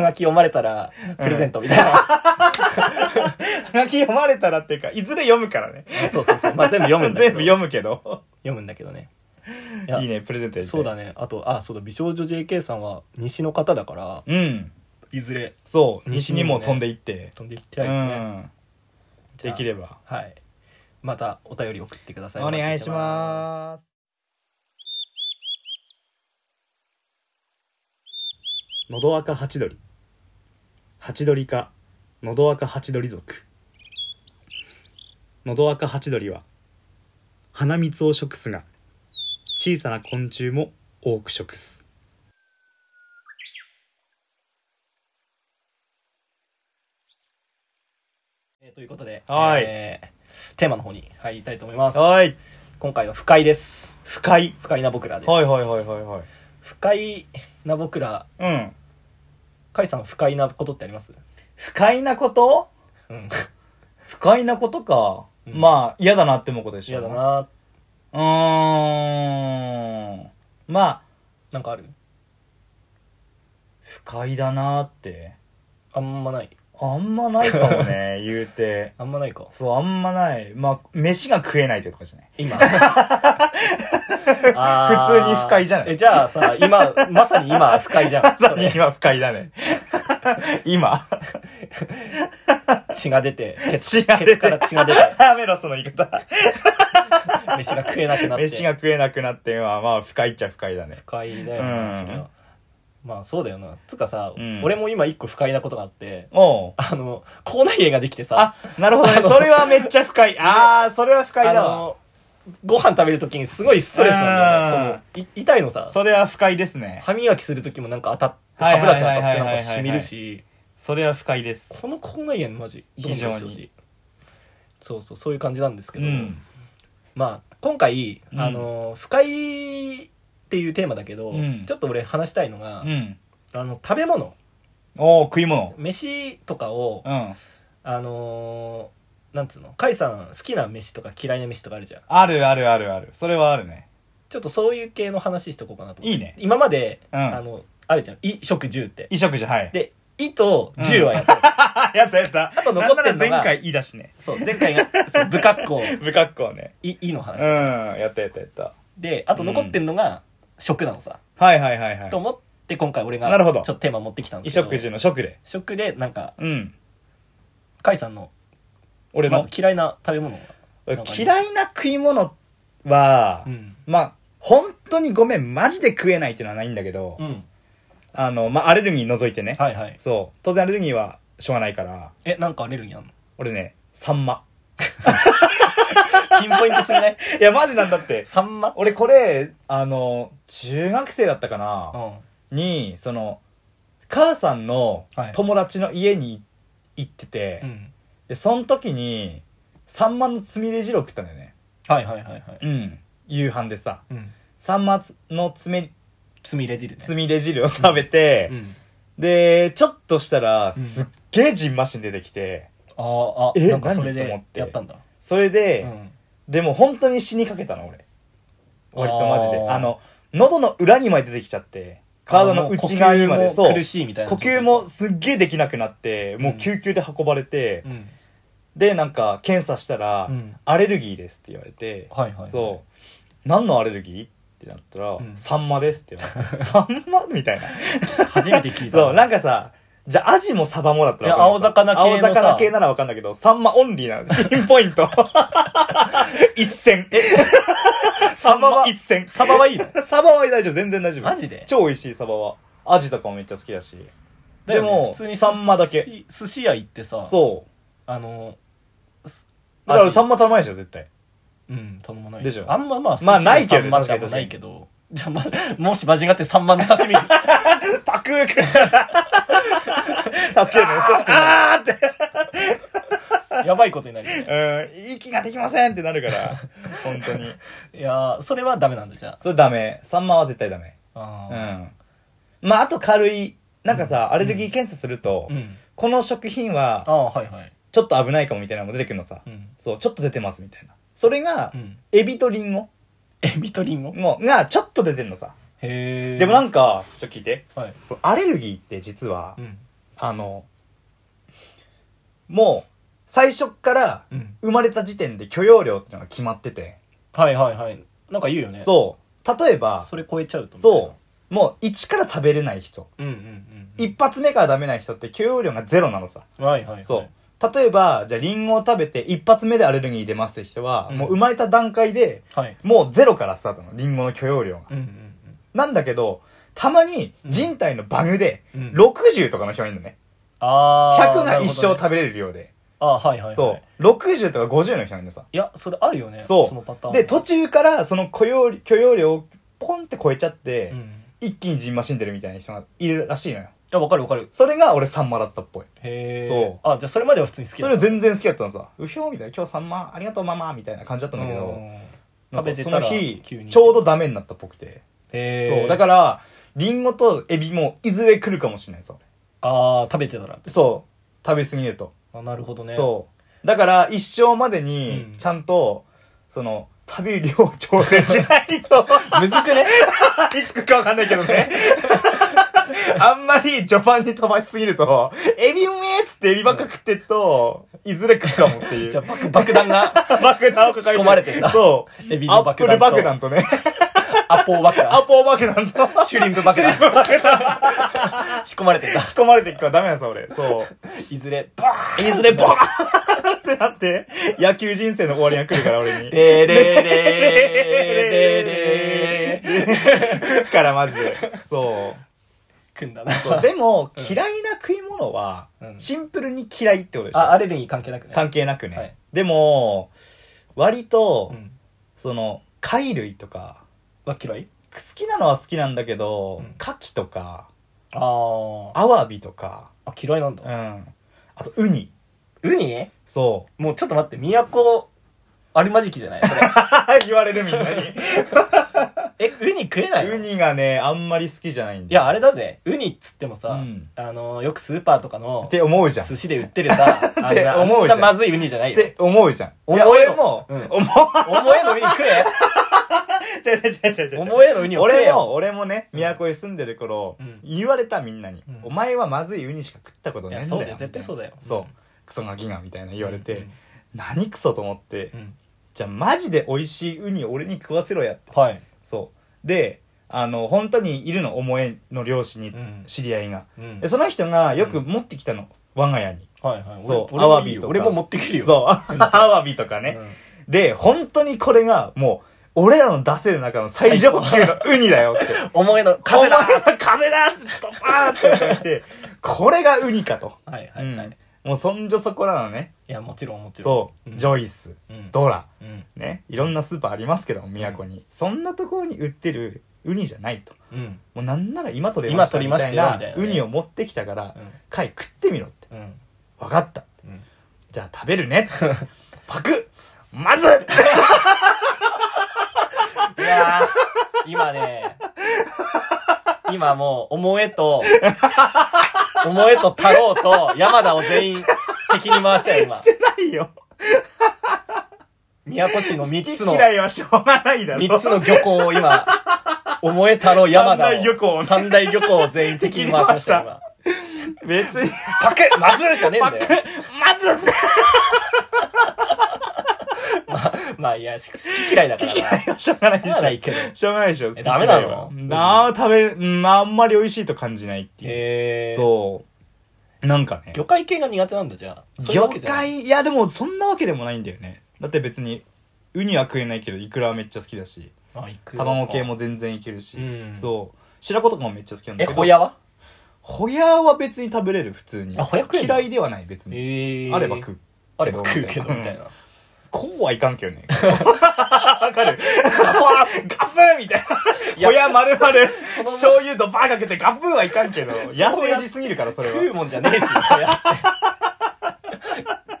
Speaker 1: がき読まれたら、プレゼントみたいな。
Speaker 2: ハガキ読まれたらっていうかいずれ読むからね
Speaker 1: そうそうそう。まあ、全部読むんだけ
Speaker 2: 全
Speaker 1: ど。
Speaker 2: 部読むけど
Speaker 1: 読むんだけどね。いや
Speaker 2: いいねプレゼントやりたい
Speaker 1: そうだね。あと、あ、そうだ、美少女 JK さんは西の方だから、
Speaker 2: うん
Speaker 1: いずれ
Speaker 2: そう西
Speaker 1: 西
Speaker 2: に
Speaker 1: にもね
Speaker 2: も飛んでいって、
Speaker 1: 飛んでいき
Speaker 2: う
Speaker 1: たいですね。
Speaker 2: んできれば
Speaker 1: はい。またお便り送ってください。
Speaker 2: お願いし
Speaker 1: す。
Speaker 2: ますのど赤ハチドリハチドリかのど赤ハチドリ族のどあかハチドリは花蜜を食すが小さな昆虫も多く食す
Speaker 1: えーということで、
Speaker 2: はい
Speaker 1: えーテーマの方に入りたいと思います。
Speaker 2: はい
Speaker 1: 今回は不快です。
Speaker 2: 不快
Speaker 1: 不快な僕らです。
Speaker 2: はいはいはいはいはい
Speaker 1: 不快な僕ら、
Speaker 2: うん
Speaker 1: 甲斐さん不快なことってあります
Speaker 2: 不快なこと
Speaker 1: うん。
Speaker 2: 不快なことか、
Speaker 1: うん
Speaker 2: まあ嫌だなって思うことでしょ
Speaker 1: 嫌だな。
Speaker 2: うーんまあ
Speaker 1: なんかある
Speaker 2: 不快だなって
Speaker 1: あんまない。
Speaker 2: あんまないかも [laughs] ね言うて
Speaker 1: あんまないか。
Speaker 2: そうあんまないまあ飯が食えないってとかじゃ [laughs] ない
Speaker 1: 今。あー
Speaker 2: 普通に不快じゃない
Speaker 1: え、じゃあさ、今、まさに今不
Speaker 2: [laughs]
Speaker 1: 快じゃん。それ
Speaker 2: 今不快だ [laughs] ね今
Speaker 1: 血が出て、血
Speaker 2: 血が出て
Speaker 1: 血から血が出て、
Speaker 2: やめろその言い方
Speaker 1: 飯が食えなくなって。
Speaker 2: 飯が食えなくなってまあまあ不快っちゃ不快だね
Speaker 1: 不快だよね、
Speaker 2: うん
Speaker 1: それはまあそうだよなつうかさ、
Speaker 2: うん
Speaker 1: 俺も今一個不快なことがあって
Speaker 2: おう
Speaker 1: あの口内炎ができてさ
Speaker 2: あなるほどねそれはめっちゃ不 [laughs] 快ああそれは不快
Speaker 1: あ
Speaker 2: だわ
Speaker 1: のご飯食べるときにすごいストレスなんだよねこのい痛いのさ
Speaker 2: それは不快ですね
Speaker 1: 歯磨きするときもなんか当たって
Speaker 2: はい
Speaker 1: 歯
Speaker 2: は
Speaker 1: ブ
Speaker 2: い
Speaker 1: ラシ当
Speaker 2: はい
Speaker 1: たってなんか
Speaker 2: はいはいはいはい
Speaker 1: しみるし
Speaker 2: それは不快です
Speaker 1: この口内炎マジどうにかしてほしい
Speaker 2: 非常に
Speaker 1: そうそうそういう感じなんですけ
Speaker 2: う
Speaker 1: ど、
Speaker 2: ん
Speaker 1: まあ今回、
Speaker 2: うん
Speaker 1: あの不快っていうテーマだけど、
Speaker 2: うん
Speaker 1: ちょっと俺話したいのが、
Speaker 2: うん
Speaker 1: あの食べ物
Speaker 2: おお食い物
Speaker 1: 飯とかを
Speaker 2: うん
Speaker 1: あのー、なんつうの甲斐さん好きな飯とか嫌いな飯とかあるじゃん
Speaker 2: あるあるあるあるそれはあるね
Speaker 1: ちょっとそういう系の話しとこうかなと思って
Speaker 2: いいね
Speaker 1: 今まで、
Speaker 2: うん
Speaker 1: あのあるじゃん「衣食住」って
Speaker 2: 衣食じゃはい
Speaker 1: で「い」と「住」はやった、
Speaker 2: あやったやった
Speaker 1: あと残ってんのが
Speaker 2: なんなら前回いいだしね
Speaker 1: そう前回がそう不格好
Speaker 2: 不格好ね
Speaker 1: 「い」いの
Speaker 2: うん
Speaker 1: 話、
Speaker 2: やったやったやった
Speaker 1: であと残ってんのが「食」なのさ、
Speaker 2: はいはいはいはい
Speaker 1: と思って今回俺が
Speaker 2: なる
Speaker 1: ちょ
Speaker 2: ほ
Speaker 1: っ
Speaker 2: ど
Speaker 1: とテーマ持ってきたんで
Speaker 2: 衣
Speaker 1: すけど
Speaker 2: 食住の食で
Speaker 1: 食でなんか
Speaker 2: うん
Speaker 1: 甲斐さんの
Speaker 2: 俺
Speaker 1: ま
Speaker 2: の
Speaker 1: ず嫌いな食べ物が
Speaker 2: 俺嫌いな食い物は、
Speaker 1: うん
Speaker 2: まあ本当にごめんマジで食えないっていうのはないんだけど、
Speaker 1: うん
Speaker 2: あのまあアレルギー除いてね、
Speaker 1: はいはい
Speaker 2: そう当然アレルギーはしょうがないから
Speaker 1: えなんかアレルギーあんの
Speaker 2: 俺ねサンマ
Speaker 1: ピンポイントすぎ
Speaker 2: [laughs]
Speaker 1: ない
Speaker 2: いやマジなんだっ
Speaker 1: [laughs]
Speaker 2: て
Speaker 1: サンマ
Speaker 2: 俺これあの中学生だったかな、
Speaker 1: うん
Speaker 2: にその母さんの
Speaker 1: はい
Speaker 2: 友達の家に行ってて、
Speaker 1: うん
Speaker 2: でその時にサンマのつみれ汁を食ったんだよね
Speaker 1: はいはいはいはい
Speaker 2: うん夕飯でさ
Speaker 1: うん
Speaker 2: サンマのつめ
Speaker 1: つみれ汁ね
Speaker 2: つみれ汁を食べて、
Speaker 1: うん
Speaker 2: でちょっとしたら
Speaker 1: うん
Speaker 2: すっげえじんましん出てきて
Speaker 1: あーあ
Speaker 2: え
Speaker 1: なんかそれ
Speaker 2: 何と思
Speaker 1: で
Speaker 2: って
Speaker 1: やったんだ
Speaker 2: それ
Speaker 1: う
Speaker 2: で、
Speaker 1: ん
Speaker 2: でも本当に死にかけたの俺割とマジで
Speaker 1: あー
Speaker 2: あの喉の裏にまで出てきちゃって体の内側にまで
Speaker 1: あーも
Speaker 2: そ
Speaker 1: 呼吸も
Speaker 2: うう
Speaker 1: 苦しいみたいな
Speaker 2: 呼吸もすっげえできなくなってもう救急で運ばれて、
Speaker 1: うん
Speaker 2: でなんか検査したら、
Speaker 1: うん
Speaker 2: アレルギーです」って言われて、
Speaker 1: はいはい
Speaker 2: そう「何のアレルギー?」ってなったら「
Speaker 1: うん
Speaker 2: サンマです」って言われ
Speaker 1: [laughs]
Speaker 2: て「サンマ?」みたいな
Speaker 1: 初めて聞いた
Speaker 2: [laughs] そうなんかさじゃあアジもサバもだった
Speaker 1: い
Speaker 2: ら
Speaker 1: や青魚系のさ
Speaker 2: 青魚系ならわかんだけどサンマオンリーなんですよピンポイン
Speaker 1: [laughs]
Speaker 2: ト一戦 [laughs] サンマは一戦
Speaker 1: サバはいいの
Speaker 2: サバは大丈夫全然大丈夫
Speaker 1: マジで
Speaker 2: 超美味しいサバはアジとかもめっちゃ好きだし
Speaker 1: だよ
Speaker 2: で
Speaker 1: ね
Speaker 2: も、
Speaker 1: 普通に
Speaker 2: サンマだけ
Speaker 1: 寿司寿司屋行ってさ
Speaker 2: そう
Speaker 1: あのす
Speaker 2: だから
Speaker 1: 味
Speaker 2: サンマ頼まないでしょ絶対
Speaker 1: うん頼まない
Speaker 2: でしょ
Speaker 1: あんままあ
Speaker 2: まあ
Speaker 1: 寿司屋
Speaker 2: ないけど
Speaker 1: サンマ
Speaker 2: 確か
Speaker 1: で
Speaker 2: に
Speaker 1: もないけどじゃあま [laughs] もし間違ってサンマの刺身
Speaker 2: [laughs] パクーく助けるのよそうあーって
Speaker 1: やばいことになるよね
Speaker 2: うん息ができませんってなるから本当に
Speaker 1: いやーそれはダメなんだじゃ
Speaker 2: それダメサンマは絶対ダメ
Speaker 1: あ
Speaker 2: う
Speaker 1: あ
Speaker 2: んまああと軽いなんかさ、アレルギー検査すると、
Speaker 1: ーうん
Speaker 2: この食品
Speaker 1: あ
Speaker 2: は
Speaker 1: あはいはい
Speaker 2: ちょっと危ないかもみたいなのも出てくるのさ、
Speaker 1: うん
Speaker 2: そうちょっと出てますみたいなそれが、
Speaker 1: うん
Speaker 2: エビとリンゴ
Speaker 1: エビとリンゴ
Speaker 2: のがちょっと出てんのさ、
Speaker 1: へえ
Speaker 2: でもなんかちょっと聞いて
Speaker 1: はい
Speaker 2: アレルギーって実は、
Speaker 1: うん
Speaker 2: あのもう最初っから
Speaker 1: うん
Speaker 2: 生まれた時点で許容量ってのが決まってて、
Speaker 1: はいはいはいなんか言うよね
Speaker 2: そう例えば
Speaker 1: それ超えちゃうと
Speaker 2: そうもう1から食べれない人、
Speaker 1: ううんうんうん
Speaker 2: 一発目からダメな人って許容量がゼロなのさ、
Speaker 1: はいはいはい
Speaker 2: そう例えばじゃあリンゴを食べて一発目でアレルギー出ますって人は、
Speaker 1: うん
Speaker 2: もう生まれた段階で
Speaker 1: はい
Speaker 2: もうゼロからスタートなのリンゴの許容量が、
Speaker 1: うんうんうん
Speaker 2: なんだけどたまに人体のバグで
Speaker 1: うん
Speaker 2: 60とかの人がいるのね、
Speaker 1: ああ
Speaker 2: 100が一生食べれる量で、
Speaker 1: ああはいはいはい
Speaker 2: そう60とか50の人なんですよ
Speaker 1: いやそれあるよね
Speaker 2: そう
Speaker 1: そのパターン
Speaker 2: で途中からその許容許容量をポンって超えちゃって、
Speaker 1: うんい
Speaker 2: 一気にじんましんでるみたいな人がいるらしいのよ
Speaker 1: やわかるわかる
Speaker 2: それが俺サンマだったっぽい
Speaker 1: へえ
Speaker 2: そう
Speaker 1: あじゃあそれまでは普通に好き
Speaker 2: それ全然好きだったのさ「うひょー」みたいな「今日サンマありがとうママ」みたいな感じだったんだけ
Speaker 1: う
Speaker 2: ど
Speaker 1: ん
Speaker 2: なん
Speaker 1: 食べ
Speaker 2: か
Speaker 1: て
Speaker 2: そ
Speaker 1: た
Speaker 2: の
Speaker 1: ら
Speaker 2: 日
Speaker 1: 急に
Speaker 2: ちょうどダメになったっぽくて、
Speaker 1: へえ
Speaker 2: そうだからリンゴとエビもいずれ来るかもしれないぞ
Speaker 1: ああ食べてたら
Speaker 2: そう食べ過ぎると、
Speaker 1: あなるほどね
Speaker 2: そうだから一生まで
Speaker 1: う
Speaker 2: に
Speaker 1: ん
Speaker 2: ちゃんと、その食べる量を調整しない [laughs] と
Speaker 1: むずくね
Speaker 2: いつ来るかわかんないけどねあんまり序盤に飛ばしすぎるとエビうめえっつってエビばっか食ってっといずれ来るかもっていう
Speaker 1: じゃあ爆爆弾が
Speaker 2: 爆弾を抱えて
Speaker 1: 仕込まれてんだ
Speaker 2: そう。
Speaker 1: エビの爆弾と
Speaker 2: アップル爆弾とね。
Speaker 1: アポー爆
Speaker 2: ア
Speaker 1: 弾
Speaker 2: ポー爆弾と。
Speaker 1: シュリンプ爆弾
Speaker 2: [laughs] シュリンプ爆弾。
Speaker 1: 仕込まれてんだ
Speaker 2: 仕込まれていくからダメなんですよ、俺。そう。
Speaker 1: いずれバーン
Speaker 2: いずれボーンってなって、野球人生の終わりが来るから、俺に。
Speaker 1: でれれれれれ
Speaker 2: 来る [laughs] から、マジで。そう。
Speaker 1: くんだな
Speaker 2: そうでも、嫌いな食い物は
Speaker 1: う、ん
Speaker 2: シンプルに嫌いってことでしょ。
Speaker 1: あアレルギー関係なくね
Speaker 2: 関係なくね。
Speaker 1: はい
Speaker 2: でも、割と、
Speaker 1: うん
Speaker 2: その、貝類とか、
Speaker 1: わっきろい
Speaker 2: 好きなのは好きなんだけど
Speaker 1: うん、
Speaker 2: 牡蠣とか、
Speaker 1: あーあ
Speaker 2: アワビとか、
Speaker 1: あ嫌いなん
Speaker 2: うん。
Speaker 1: だ
Speaker 2: あと、ウニ。
Speaker 1: ウニ
Speaker 2: そ
Speaker 1: [laughs] もうちょっと待って都あるまじきじゃない
Speaker 2: [laughs]
Speaker 1: それ
Speaker 2: う。言われるみんな
Speaker 1: えウニ食えないの
Speaker 2: [laughs] ウニがね、あんまり好きじゃないん
Speaker 1: い
Speaker 2: だよ。
Speaker 1: やあれだぜウニっつってもさ、
Speaker 2: うん
Speaker 1: あのよくスーパーとかの
Speaker 2: って思うじゃん。っ
Speaker 1: 寿司で売ってる
Speaker 2: [laughs]
Speaker 1: さあん
Speaker 2: って
Speaker 1: な
Speaker 2: 思うじゃ
Speaker 1: あ
Speaker 2: ん
Speaker 1: んなまずいウニじゃないよ
Speaker 2: て思うじゃん。い
Speaker 1: 思え
Speaker 2: や、
Speaker 1: よ
Speaker 2: 俺も、
Speaker 1: うん
Speaker 2: 思
Speaker 1: 思えのウニ食
Speaker 2: [laughs]
Speaker 1: え
Speaker 2: う。違う違う違う違う。
Speaker 1: 思えのウニを食え
Speaker 2: 俺
Speaker 1: よ
Speaker 2: も、俺もね、都に住んでる頃、
Speaker 1: うん
Speaker 2: 言われたみんなに、
Speaker 1: うん
Speaker 2: お前はまずいウニしか食ったこと
Speaker 1: い
Speaker 2: ねえ
Speaker 1: や
Speaker 2: ん
Speaker 1: そ
Speaker 2: だよ。
Speaker 1: うだよ絶対そうだよ
Speaker 2: そう。クソガキがみたいな言われて、何クソと思って、
Speaker 1: うんうん
Speaker 2: じゃあマジで美味しいウニ俺に食わせろやって。
Speaker 1: はい、
Speaker 2: そう。で、あの、本当にいるの、思えの漁師に、
Speaker 1: うん
Speaker 2: 知り合いが。
Speaker 1: うん
Speaker 2: で、その人がよく
Speaker 1: うん
Speaker 2: 持ってきたの。我が家に。
Speaker 1: はいはい
Speaker 2: そう
Speaker 1: 俺俺も
Speaker 2: アワビ
Speaker 1: いいよ
Speaker 2: とか
Speaker 1: 俺も持ってくるよ
Speaker 2: そう。 [laughs] アワビとかね。で、本当にこれが、もう、俺らの出せる中の最上級のウニだよって。
Speaker 1: うん思えの風だ
Speaker 2: お前は風だっつってドバーンって言って、これがウニかと。
Speaker 1: はいはいはい、
Speaker 2: うん
Speaker 1: い
Speaker 2: もうそんじょそこなのね。
Speaker 1: やもちろんもちろ
Speaker 2: そ
Speaker 1: ん
Speaker 2: う。
Speaker 1: うん
Speaker 2: ジョイス、
Speaker 1: うん
Speaker 2: ドラ、
Speaker 1: うん
Speaker 2: ね。いろんなスーパーありますけども、都に。そんなところに売ってるウニじゃないと。
Speaker 1: うん
Speaker 2: もうなんなら今取れました
Speaker 1: 今取
Speaker 2: み
Speaker 1: りま
Speaker 2: た
Speaker 1: したよ
Speaker 2: いな
Speaker 1: みたいな
Speaker 2: ウ
Speaker 1: ね
Speaker 2: ニを持ってきたから
Speaker 1: うん、
Speaker 2: 貝食ってみろって。
Speaker 1: うん
Speaker 2: 分かった。
Speaker 1: うん
Speaker 2: じゃあ食べるね。
Speaker 1: [laughs]
Speaker 2: パクまず
Speaker 1: いやー、今ね、今もう、思えと、思えと太郎と山田を全員敵に回したよ、
Speaker 2: してないよ。
Speaker 1: 今。宮古市の
Speaker 2: 好
Speaker 1: 3
Speaker 2: き
Speaker 1: つの、
Speaker 2: 嫌いはしょうがないだろ。
Speaker 1: 三つの漁港を今、思え太郎山田を。
Speaker 2: 三大漁港をね
Speaker 1: 三大漁港を全員敵に回しましたよ、今。
Speaker 2: 別に。
Speaker 1: パクまずいじゃねえんだよ。
Speaker 2: まず
Speaker 1: まあいや、好き嫌いだか
Speaker 2: 好
Speaker 1: ら
Speaker 2: き嫌いはしょうがないで
Speaker 1: な。ない
Speaker 2: し
Speaker 1: けど。
Speaker 2: ょ。しょうがないでしょ。好き
Speaker 1: え
Speaker 2: 嫌いは
Speaker 1: ダメなの
Speaker 2: なあ、食べる、うんあんまり美味しいと感じないっていう。
Speaker 1: へえ。う。
Speaker 2: そう。なんかね。
Speaker 1: 魚介系が苦手なんだ、じゃあ。そういう
Speaker 2: 魚
Speaker 1: わけじゃない
Speaker 2: 介、いやでもそんなわけでもないんだよね。だって別に、ウニは食えないけど、イクラはめっちゃ好きだし、
Speaker 1: あ行くよ
Speaker 2: 卵系も全然いけるし
Speaker 1: う、ん
Speaker 2: そう。白子とかもめっちゃ好きなんだ
Speaker 1: え、
Speaker 2: けど。
Speaker 1: ホヤは
Speaker 2: ホヤは別に食べれる、普通に。
Speaker 1: あホヤ食えんの
Speaker 2: 嫌いではない、別に。
Speaker 1: え
Speaker 2: あれば食う。
Speaker 1: あれば食うけどみ
Speaker 2: [laughs]
Speaker 1: たいな。
Speaker 2: こうはいかんけどね。わかるガフーガフーみた
Speaker 1: い
Speaker 2: いな。
Speaker 1: や
Speaker 2: ほや丸々、醤油ドバーかけてガフーはいかんけど、野生児すぎるから、それ
Speaker 1: 食う
Speaker 2: は。
Speaker 1: もんじゃねえし、ホヤって。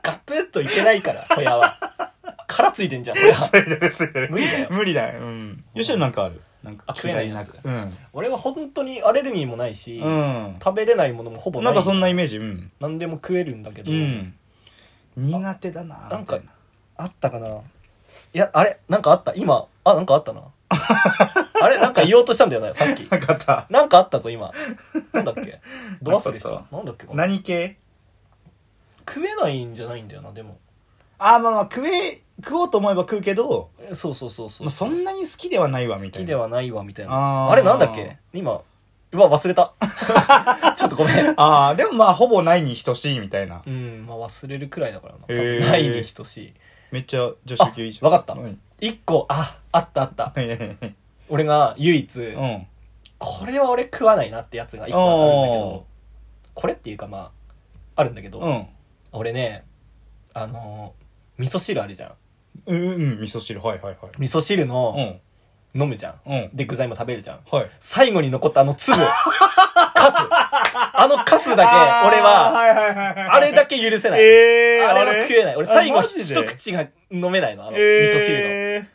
Speaker 1: ガプッといけないから、ホヤは。殻ついてんじゃん、ホヤ。無理だよ
Speaker 2: 無理だよ。うん。よしなんかある。なんか
Speaker 1: あ食えないやつ
Speaker 2: 嫌な
Speaker 1: 俺は本当にアレルギーもないし、
Speaker 2: うん。
Speaker 1: 食べれないものもほ
Speaker 2: う
Speaker 1: ぼ
Speaker 2: ん。
Speaker 1: な。
Speaker 2: ないんかそんなイメージ。うん。
Speaker 1: 何でも食えるんだけど、
Speaker 2: うん。苦手だな。
Speaker 1: なんか
Speaker 2: みたい
Speaker 1: あったかないや、あれなんかあった今、あ、なんかあった
Speaker 2: [laughs]
Speaker 1: な。あれなんか言おうとしたんだよな、さっき。
Speaker 2: なかった。
Speaker 1: なんかあったぞ、今。なんだっけド忘れし
Speaker 2: なんかあ
Speaker 1: た
Speaker 2: っ。
Speaker 1: なんだっけかな
Speaker 2: 何系
Speaker 1: 食えないんじゃないんだよな、でも。
Speaker 2: あーまあまあ、食え、食おうと思えば食うけど、
Speaker 1: えそうそうそうそう。
Speaker 2: まあそんなに好きではないわ、
Speaker 1: 好
Speaker 2: みたい
Speaker 1: き
Speaker 2: な。
Speaker 1: ではないわみたいな
Speaker 2: あー
Speaker 1: あれなんだっけ今うわ忘れた [laughs] ちょっとごめん
Speaker 2: ああ、でもまあ、ほぼないに等しいみたいな。
Speaker 1: うんまあ忘れるくらいだからな、
Speaker 2: へー
Speaker 1: ないに等し
Speaker 2: めっちゃ女子級いいじゃん。
Speaker 1: あわかった
Speaker 2: うん。
Speaker 1: い1個ああったあった
Speaker 2: 何何何
Speaker 1: 俺が唯一、
Speaker 2: 何うん。
Speaker 1: これは俺食わないなってやつが1個あるんだけ
Speaker 2: おー
Speaker 1: どこれっていうかまああるんだけど、
Speaker 2: うん。
Speaker 1: 俺ねあのー味噌汁あるじゃん。
Speaker 2: うんうん味噌汁はいはいはい
Speaker 1: 味噌汁
Speaker 2: う
Speaker 1: の、
Speaker 2: ん
Speaker 1: 飲むじゃん。
Speaker 2: うん
Speaker 1: で、具材も食べるじゃん。
Speaker 2: はい
Speaker 1: 最後に残ったあの粒を、 [laughs] カス。あのカスだけ、俺は、
Speaker 2: はいはいはい [laughs] はい
Speaker 1: あれだけ許せない。
Speaker 2: えー
Speaker 1: あれは食えない。俺最後
Speaker 2: あマジで
Speaker 1: 一口が飲めないの、あの、味
Speaker 2: えー
Speaker 1: 噌汁の。